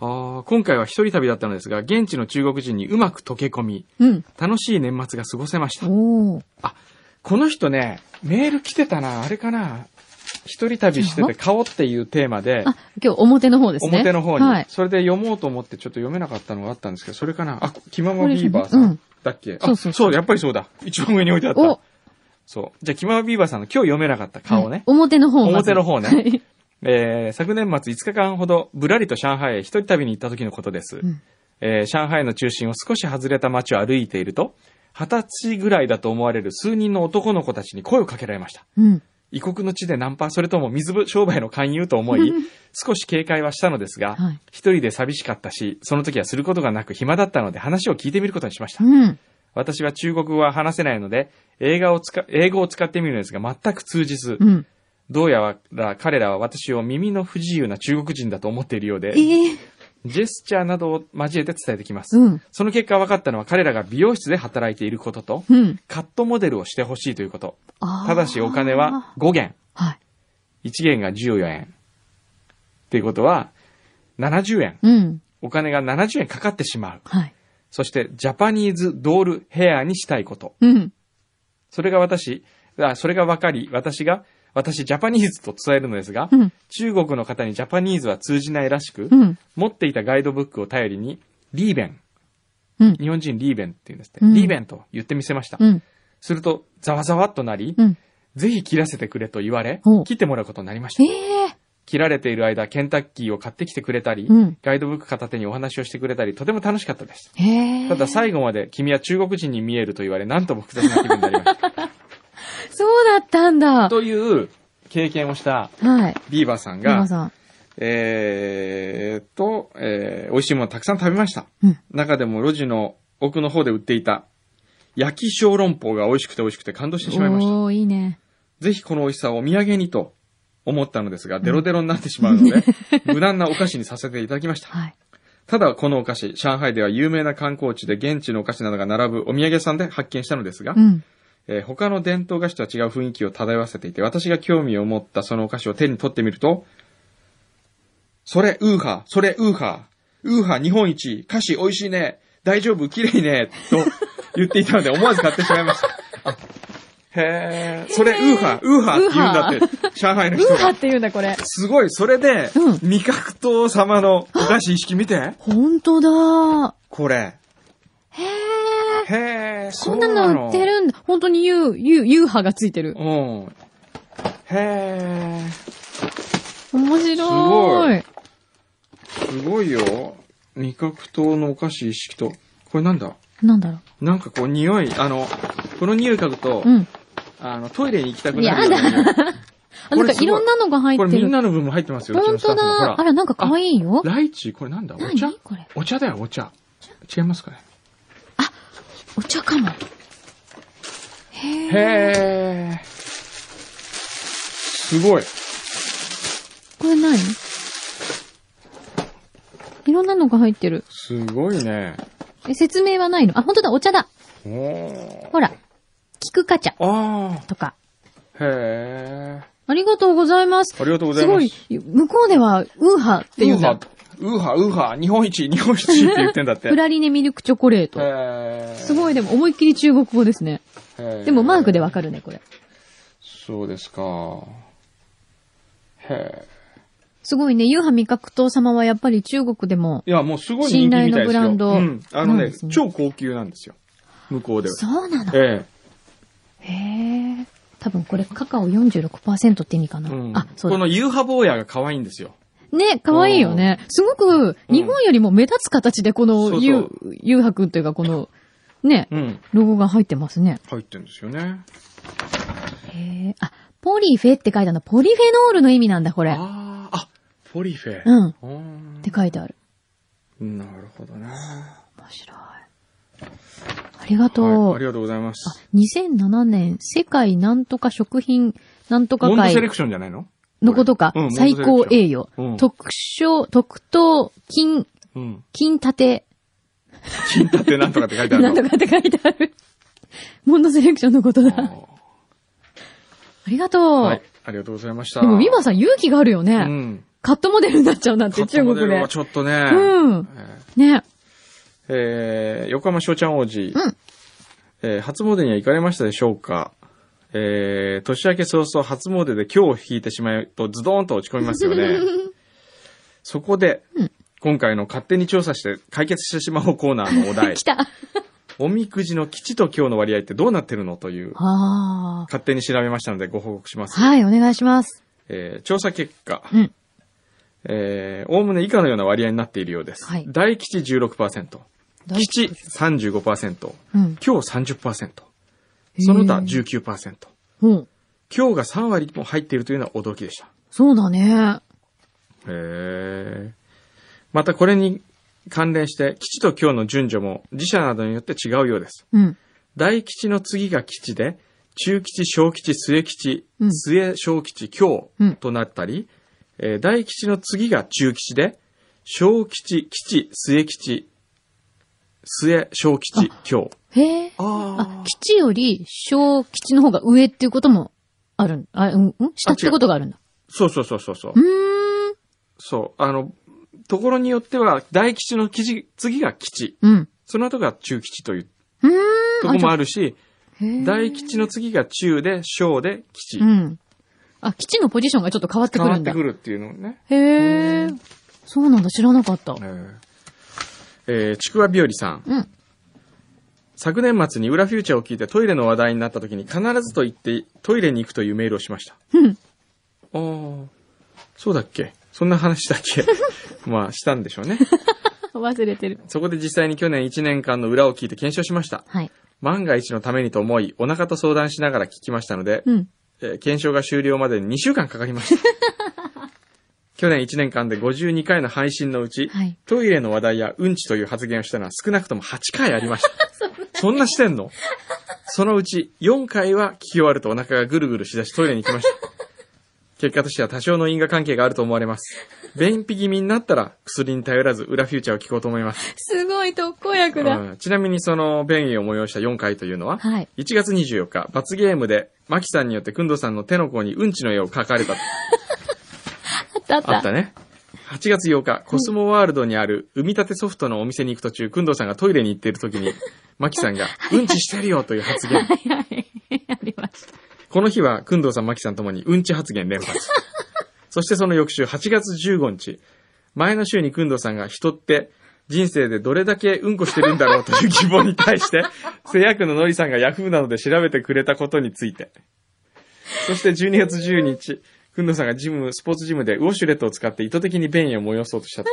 A: あー今回は一人旅だったのですが、現地の中国人にうまく溶け込み、
B: うん。
A: 楽しい年末が過ごせました。
B: おー。
A: この人ね、メール来てたな、あれかな。一人旅してて、顔っていうテーマで、
B: あ、今日表の方ですね。
A: 表の方に、
B: はい。
A: それで読もうと思ってちょっと読めなかったのがあったんですけど、それかな。あ、気ままビーバーさ
B: これです
A: ん
B: ね
A: だっけ、あ
B: そうそうそう
A: やっぱりそうだ。一番上に置いてあっ
B: お
A: た。、そう。じゃあ、気ままビーバーさんの今日読めなかった顔
B: はい
A: ね。
B: 表の方をまず
A: 表の方ね
B: はい
A: えー昨年末5日間ほど、ぶらりと上海へ一人旅に行った時のことです。
B: うん
A: えー上海の中心を少し外れた街を歩いていると、二十歳ぐらいだと思われる数人の男の子たちに声をかけられました。
B: うん。
A: 異国の地でナンパ、それとも水ぶ商売の勧誘と思い、少し警戒はしたのですが、
B: はい
A: 一人で寂しかったし、その時はすることがなく暇だったので話を聞いてみることにしました。
B: うん。
A: 私は中国語は話せないので、映画を使、英語を使ってみるのですが全く通じず、
B: うん。
A: どうやら彼らは私を耳の不自由な中国人だと思っているようで、
B: ええ
A: ジェスチャーなどを交えて伝えてきます。
B: うん。
A: その結果分かったのは彼らが美容室で働いていることと、
B: うん。
A: カットモデルをしてほしいということ。
B: あー
A: ただしお金は、5元。
B: はい。
A: 1元が14円。っていうことは、70円。
B: うん。
A: お金が70円かかってしまう。
B: はい。
A: そして、ジャパニーズドールヘアにしたいこと。
B: うん。
A: それが私、あそれが分かり、私が、私、ジャパニーズと伝えるのですが、
B: うん。
A: 中国の方にジャパニーズは通じないらしく、
B: うん。
A: 持っていたガイドブックを頼りに、リーベン、
B: うん。
A: 日本人リーベンって言うんですって、
B: うん
A: リーベンと言ってみせました。
B: うん。
A: すると、ざわざわっとなり、
B: うん。
A: ぜひ切らせてくれと言われ
B: ほう、
A: 切ってもらうことになりました
B: え。え
A: 切られている間、ケンタッキーを買ってきてくれたり、
B: うん
A: ガイドブック片手にお話をしてくれたり、とても楽しかったです。
B: ー。ええ
A: ただ最後まで君は中国人に見えると言われ、なんとも複雑な気分になりま
B: (laughs)
A: した。
B: そうだったんだ。
A: という経験をした
B: はい。
A: ビーバーさん
B: 皆
A: が、
B: さん。
A: えーっと、えー美味しいものをたくさん食べました。
B: うん。
A: 中でも路地の奥の方で売っていた、焼き小籠包が美味しくて美味しくて感動してしまいました。
B: おー、いいね。
A: ぜひこの美味しさをお土産にと思ったのですが、デロデロになってしまうの
B: (laughs)
A: で、無難なお菓子にさせていただきました。 (laughs)
B: はい。
A: ただこのお菓子、上海では有名な観光地で現地のお菓子などが並ぶお土産屋さんで発見したのですが、
B: うん。
A: えー他の伝統菓子とは違う雰囲気を漂わせていて、私が興味を持ったそのお菓子を手に取ってみると、それウーハー、それウーハー、ウーハー日本一、菓子美味しいね、大丈夫、綺麗ね、と言っていたので思わず買ってしまい
B: (laughs)
A: ました。あへえ、それウーハー、ウーハーって言うんだって、上海の人
B: ウーハ
A: が
B: っ。て言うんだ、これ。
A: すごい、それで、
B: うん
A: 味覚糖様のお菓子意識見て、
B: ほんとだ。
A: これ。
B: へえ。
A: へえ、
B: こんなの売ってるんだ。本当にユー、ユー、ユーハがついてる
A: そ。うなの。うん。へえ。
B: 面白い。
A: すごいよ。味覚糖のお菓子一式と。これなんだ
B: なんだろ
A: なんかこう匂い、あの、この匂い嗅ぐと、
B: う。うん。
A: あの、トイレに行きたくなるような匂い。
B: あ、
A: こ
B: なん
A: れ
B: か
A: すごい
B: いろんなのが入っ
A: これ
B: て
A: みん
B: る。
A: なの分も入ってますよ。うち
B: ほ
A: の
B: ん
A: スタッ
B: と
A: フの
B: だ。あ
A: ほら。
B: ら、なんか可愛いよ。
A: ライチこれなんだお茶
B: 何これ。
A: お茶だよ、お茶。違いますかね
B: お茶かも。へえ。
A: へー。すごい。
B: これ何いろんなのが入ってる。
A: すごいね。
B: え、説明はないのあ、ほんとだ、お茶だ。
A: おー。
B: ほら。菊花茶
A: あ
B: とか。
A: ー。へー。
B: ありがとうございます。
A: ありがとうござ
B: す
A: い
B: ご
A: ます
B: い。、向こうでは、ウーハって言うんだ。
A: ウーハー、ウーハー、日本一、日本一って言ってんだっ
B: (laughs)
A: て。
B: フラリネミルクチョコレート。
A: へー
B: すごい、でも思いっきり中国語ですね。
A: で
B: でもマークでわかるね、これ。
A: そうですか。へえ。
B: すごいね、ユーハ味覚糖様はやっぱり中国でも。
A: いや、もうすごい人気みたいですよ。
B: 信頼のブランド
A: うん。あの
B: なん
A: ね
B: ですね
A: 超高級なんですよ。向こうでは。
B: そうなの。
A: え
B: へえ。多分これカカオ46%って意味か
A: え。
B: な。
A: うん、
B: あ、そう
A: こ
B: だ。
A: のユーハ坊やが可愛いんですよ。
B: ね、かわいいよね。すごく、
A: うん
B: 日本よりも目立つ形でこ
A: そ
B: の
A: うそう
B: ユー、ユーハくんというかこの、ね、
A: うん。
B: ロゴが入ってますね。
A: 入ってるんですよね。
B: へえ。あ、ポリフェって書いたの。ポリフェノールの意味なんだ、これ。っ
A: ああ、あ、ポリフェ。
B: うん
A: うん。
B: て書いてある。
A: なるほどね。
B: 面白い。ありがとう。
A: はいありがとうございます。
B: 2007年、世界なんとか食品なんとか
A: モンドセレ
B: 会
A: クションじゃないの
B: のことか
A: これうん、
B: 最高栄誉
A: うん、
B: 特賞、特等、金、
A: うん。
B: 金盾、
A: 金立てなんとかって書いてある
B: な
A: の。
B: んとかって書いてある。 (laughs) モンドセレクションのことだ。ありがと
A: は
B: う
A: い。。ありがとうございました。
B: でも、ミバさん勇気があるよ
A: う
B: ね。
A: ん。
B: カットモデルになっちゃうなんて、中国
A: カットモデル
B: で
A: は。ちょっとね。
B: うん。
A: ええ
B: ね。
A: えー、横浜翔ちゃん王子。
B: うん
A: えー初詣には行かれましたでしょうかえー、年明け早々初詣で今日を引いてしまうとズドーンと落ち込みます
B: (laughs)
A: よね。そこで、
B: うん
A: 今回の勝手に調査して解決してしまおうコーナー
B: (laughs)
A: のお題
B: 来。た。
A: おみくじの吉と今日の割合ってどうなってるのという、
B: ああ。
A: 勝手に調べましたのでご報告します。
B: はい、お願いします。
A: えー調査結果、
B: うん
A: えー、おおむね以下のような割合になっているようです。
B: はい
A: 大吉16%、吉35%、
B: うん。
A: 今日30%、その他
B: へー
A: 19%。
B: うん。
A: 今日が3割も入っているというのは驚きでした。
B: そうだね。
A: へえ。またこれに関連して、吉と今日の順序も自社などによって違うようです。
B: うん。
A: 大吉の次が吉で、中吉、小吉、末吉、
B: うん
A: 末小吉、京
B: うん
A: となったり、えー大吉の次が中吉で、小吉、吉、末吉、末小吉、京。
B: へえ。あ
A: あ、
B: 基地より小基地の方が上っていうこともあるん、あ、うん、ん下ってことがあるんだ。
A: そうそうそうそうそう
B: う。ーん。
A: そう。あの、ところによっては、大吉の吉、次が吉。
B: うん。
A: その後が中吉という
B: うーん。
A: とこもあるし、
B: へー
A: 大吉の次が中で、小で吉。
B: うん。あ、基地のポジションがちょっと変わって
A: 変
B: く
A: わ
B: る
A: っ
B: ん
A: て
B: だ。
A: くるっていうのをね。
B: へえ。そうなんだ、知らなかった。
A: えー、ちくわびよりさん。
B: うん。
A: 昨年末に裏フューチャーを聞いてトイレの話題になった時に必ずと言ってトイレに行くというメールをしました。
B: うん。
A: ああ、そうだっけそんな話だっ
B: (laughs)
A: けまあ、したんでしょうね。
B: (laughs) 忘れてる。
A: そこで実際に去年1年間の裏を聞いて検証しました。
B: はい。
A: 万が一のためにと思い、お腹と相談しながら聞きましたので、
B: うん。
A: えー検証が終了までに2週間かかりました。 (laughs) 去年1年間で52回の配信のうち、
B: はい。
A: トイレの話題やうんちという発言をしたのは少なくとも8回ありま
B: (laughs)
A: した。そんなしてんのそのうち4回は聞き終わるとお腹がぐるぐるしだしトイレに行き
B: (laughs)
A: ました。結果としては多少の因果関係があると思われます。便秘気味になったら薬に頼らず裏フューチャーを聞こうと思います。
B: すごい特効薬だ。
A: うんちなみにその便意を催した4回というのは、
B: はい。
A: 1月24日、罰ゲームで、マキさんによって、くんどさんの手の甲にうんちの絵を描かれたと。
B: あったあった。
A: (laughs) あったね。8月8日、コスモワールドにある、産み立てソフトのお店に行く途中、くんどさんがトイレに行っている時に、マキさ (laughs) んが、うんちしてるよという発
B: は
A: 言。
B: いはい。 (laughs) ありました。
A: この日は、くんどうさん、まきさんともに、うんち発言連
B: (laughs)
A: 発。そしてその翌週、8月15日、前の週にくんどうさんが、人って、人生でどれだけうんこしてるんだろうという疑問に対
B: (laughs)
A: して、製薬ののりさんがヤフーなどで調べてくれたことについて。そして12月10日、くんどうさんがジム、スポーツジムでウォシュレットを使って意図的に便意を催そうとしたと。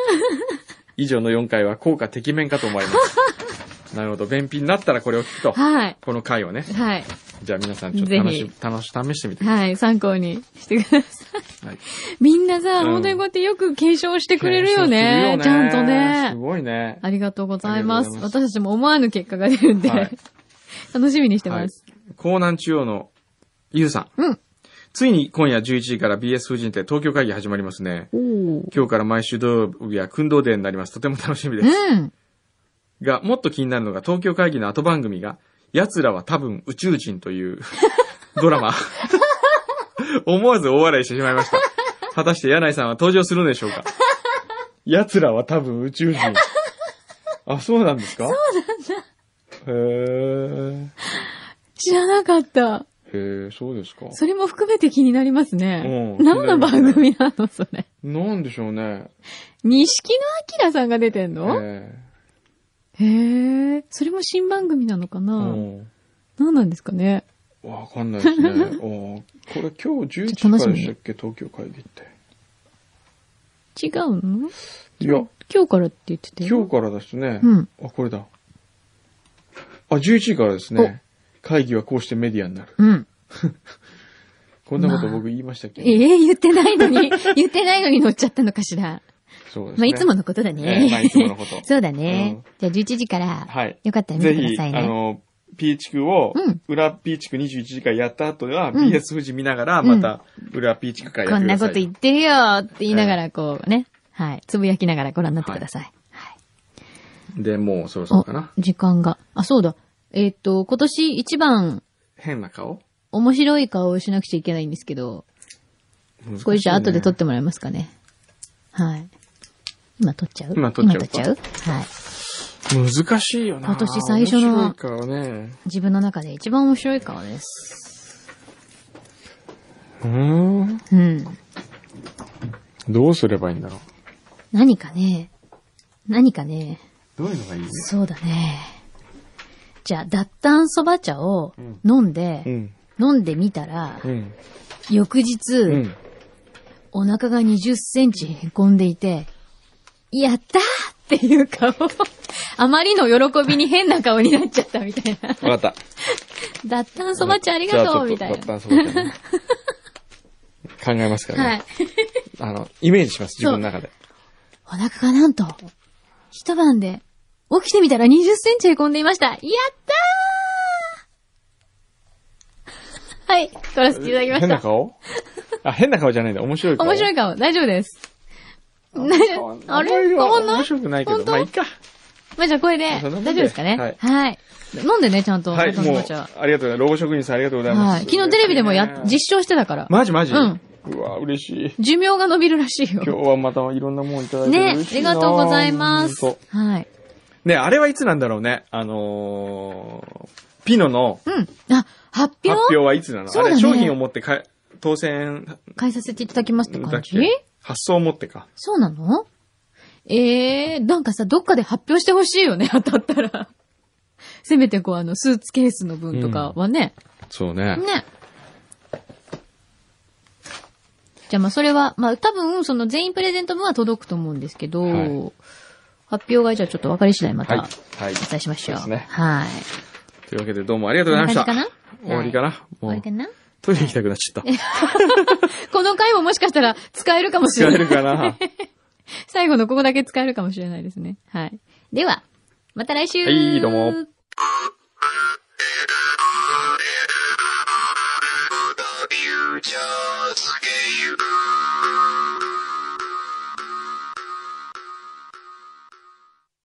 A: 以上の4回は効果てきめんかと思わ
B: (laughs)
A: れます。なるほど、便秘になったらこれを聞くと。
B: はい。
A: この回をね。
B: はい。
A: じゃあ皆さんちょっと楽
B: ぜ
A: し、楽し、試してみてくだ
B: はい。参考にしてください。
A: さい。はい、
B: みんなさ、
A: うん
B: 本当にこうやってよく継承して (laughs) くれるよね。
A: 検
B: ちゃん
A: 証す
B: と
A: るよ
B: ね
A: す。ごいね。
B: ありがとうございます
A: あ。りがとうござ
B: 私たちも思わぬ結果が出るんで、
A: はい
B: (laughs) 楽しみにしてます。
A: 江南中央のゆうさん。
B: うん
A: ついに今夜11時から BS 風神亭東京会議始まりますね。
B: おー
A: 今日から毎週土曜日は訓導デーになります。とても楽しみです。
B: うん。
A: が、もっと気になるのが東京会議の後番組が、奴らは多分宇宙人と (laughs) いうドラマ。思わず大笑いしてしまいました。果たして柳井さんは登場するのでしょうか奴らは多分宇宙人。あ、そうなんですかそうなんだ。
B: 知らなかった。
A: へーへーそうですか。
B: それも含めて気になりますね。
A: うん
B: 何の番組なのそれ。
A: なんでしょうね。
B: 錦野明さんが出てんの、
A: え
B: へえ。それも新番組なのかな、
A: ーうん
B: 何なんですかね
A: わかんないですね。 (laughs) おーこれ今日11時からでしたっけ東京会議って。
B: 違うの
A: いや、
B: 今日からって言ってて。
A: 今日からですね。
B: うん
A: あ、これだ。あ、11時からですね。会議はこうしてメディアになる。
B: うん。
A: こんなこと僕言いましたっけ、
B: ええ言ってないの
A: (laughs)
B: に、言ってないのに乗っちゃったのかしら。
A: そうです
B: まあ、
A: ね。
B: いつものことだね。
A: ええまあいつものこ
B: (laughs)
A: と
B: そうだね。じゃあ11時から、
A: はい
B: よかったら見
A: ぜ
B: てくだ
A: ひ、
B: さい
A: あ
B: ね。
A: の、P 地区を、
B: うん
A: 裏 P 地区21時間やった後は、
B: うん
A: BS 富士見ながら、
B: うん
A: また、裏 P 地区会や
B: こ
A: って
B: ん
A: く
B: な
A: ださ
B: こ
A: い。
B: と言ってるよって言いながら、こうね。はい。つぶやきながらご覧になってください。はい。
A: で、もうそろそろかな。
B: お時間が。あ、そうだ。えーっと、今年一番
A: 変な顔
B: 面白い顔をしなくちゃいけないんですけど、
A: 難しいね
B: これじゃあ後で撮ってもらえますかね。はい。今撮っちゃう
A: 今撮っちゃうか
B: 今撮っちゃうはい。
A: 難しいよな。
B: 今年最初の
A: 面白い顔ね。
B: 自分の中で一番面白い顔です。
A: うーん。
B: うん。
A: どうすればいいんだろう。
B: 何かね。何かね。
A: どういうのがいい
B: そうだね。じゃあ、脱炭そば茶を飲んで、
A: うん。
B: 飲んでみたら、
A: うん。
B: 翌日、
A: うん。
B: お腹が20センチへこんでいて、やったーっていう顔。あまりの喜びに変な顔になっちゃったみたいな。
A: わかった。
B: 脱炭そば茶ありがとうみたい
A: じゃ
B: な。
A: あちょっと脱炭素バージョン考えますからね。
B: はい。
A: あの、イメージします、自分の中で。
B: お腹がなんと、一晩で、起きてみたら20センチへこんでいました。やったはい、撮らせていただきまし
A: 変な
B: た。
A: 顔あ、変な顔じゃないんだ。面白い顔。
B: 面白
A: い。
B: いかも。大丈夫です。大丈夫 (laughs) あれ変わんない
A: 面白くないけど。
B: 本当
A: まあ、いいか。
B: まあ、じゃあこれで、
A: そんなも
B: 大丈
A: んで
B: 夫ですかね。
A: はい
B: はい。飲んでね、ちゃんと。
A: はい、
B: お父さん
A: もう、
B: お
A: あ
B: 父
A: り
B: ちゃん
A: がとうございます。老後職員さんありがとうございま
B: はい。
A: す。
B: 昨日テレビでもや、実証してたから。
A: マジマジ
B: うん。
A: うわ、嬉しい。
B: 寿命が伸びるらしいよ。
A: 今日はまたいろんなもんいただいて
B: ね、あ
A: 嬉し
B: り
A: いな
B: がとうございます
A: ほんと。
B: はい。
A: ね、あれはいつなんだろうね。あのー、ピノの
B: うん。あ、発表
A: 発表はいつなの
B: そう
A: あ
B: だね
A: れ商品を持ってか当選
B: 変えさせていただきますって
A: だ
B: 感
A: っ
B: じ
A: け発想を持ってか。
B: そうなのええー、なんかさ、どっかで発表してほしいよね、 (laughs) 当たったら。せめてこう、あの、スーツケースの分とかはね。
A: そうね
B: ね。じゃあまあそれは、まあ多分その全員プレゼント分は届くと思うんですけど、
A: はい
B: 発表がじゃあちょっと分かり次第ま
A: はい。
B: た
A: はい。
B: お伝えしましょう。
A: そうですね
B: はい。
A: というわけでどうもありがとうございました。
B: こんな感じかな
A: 終わりかな、
B: 終
A: も
B: わ
A: う
B: りか、な
A: トイレ行きたくなっちゃった。
B: この回ももしかしたら使えるかもし
A: 疲
B: れ
A: れ
B: な
A: る
B: い。
A: かなは
B: 最後のここだけ使えるかもしれないですね。はい。では、また来週
A: い、どうも。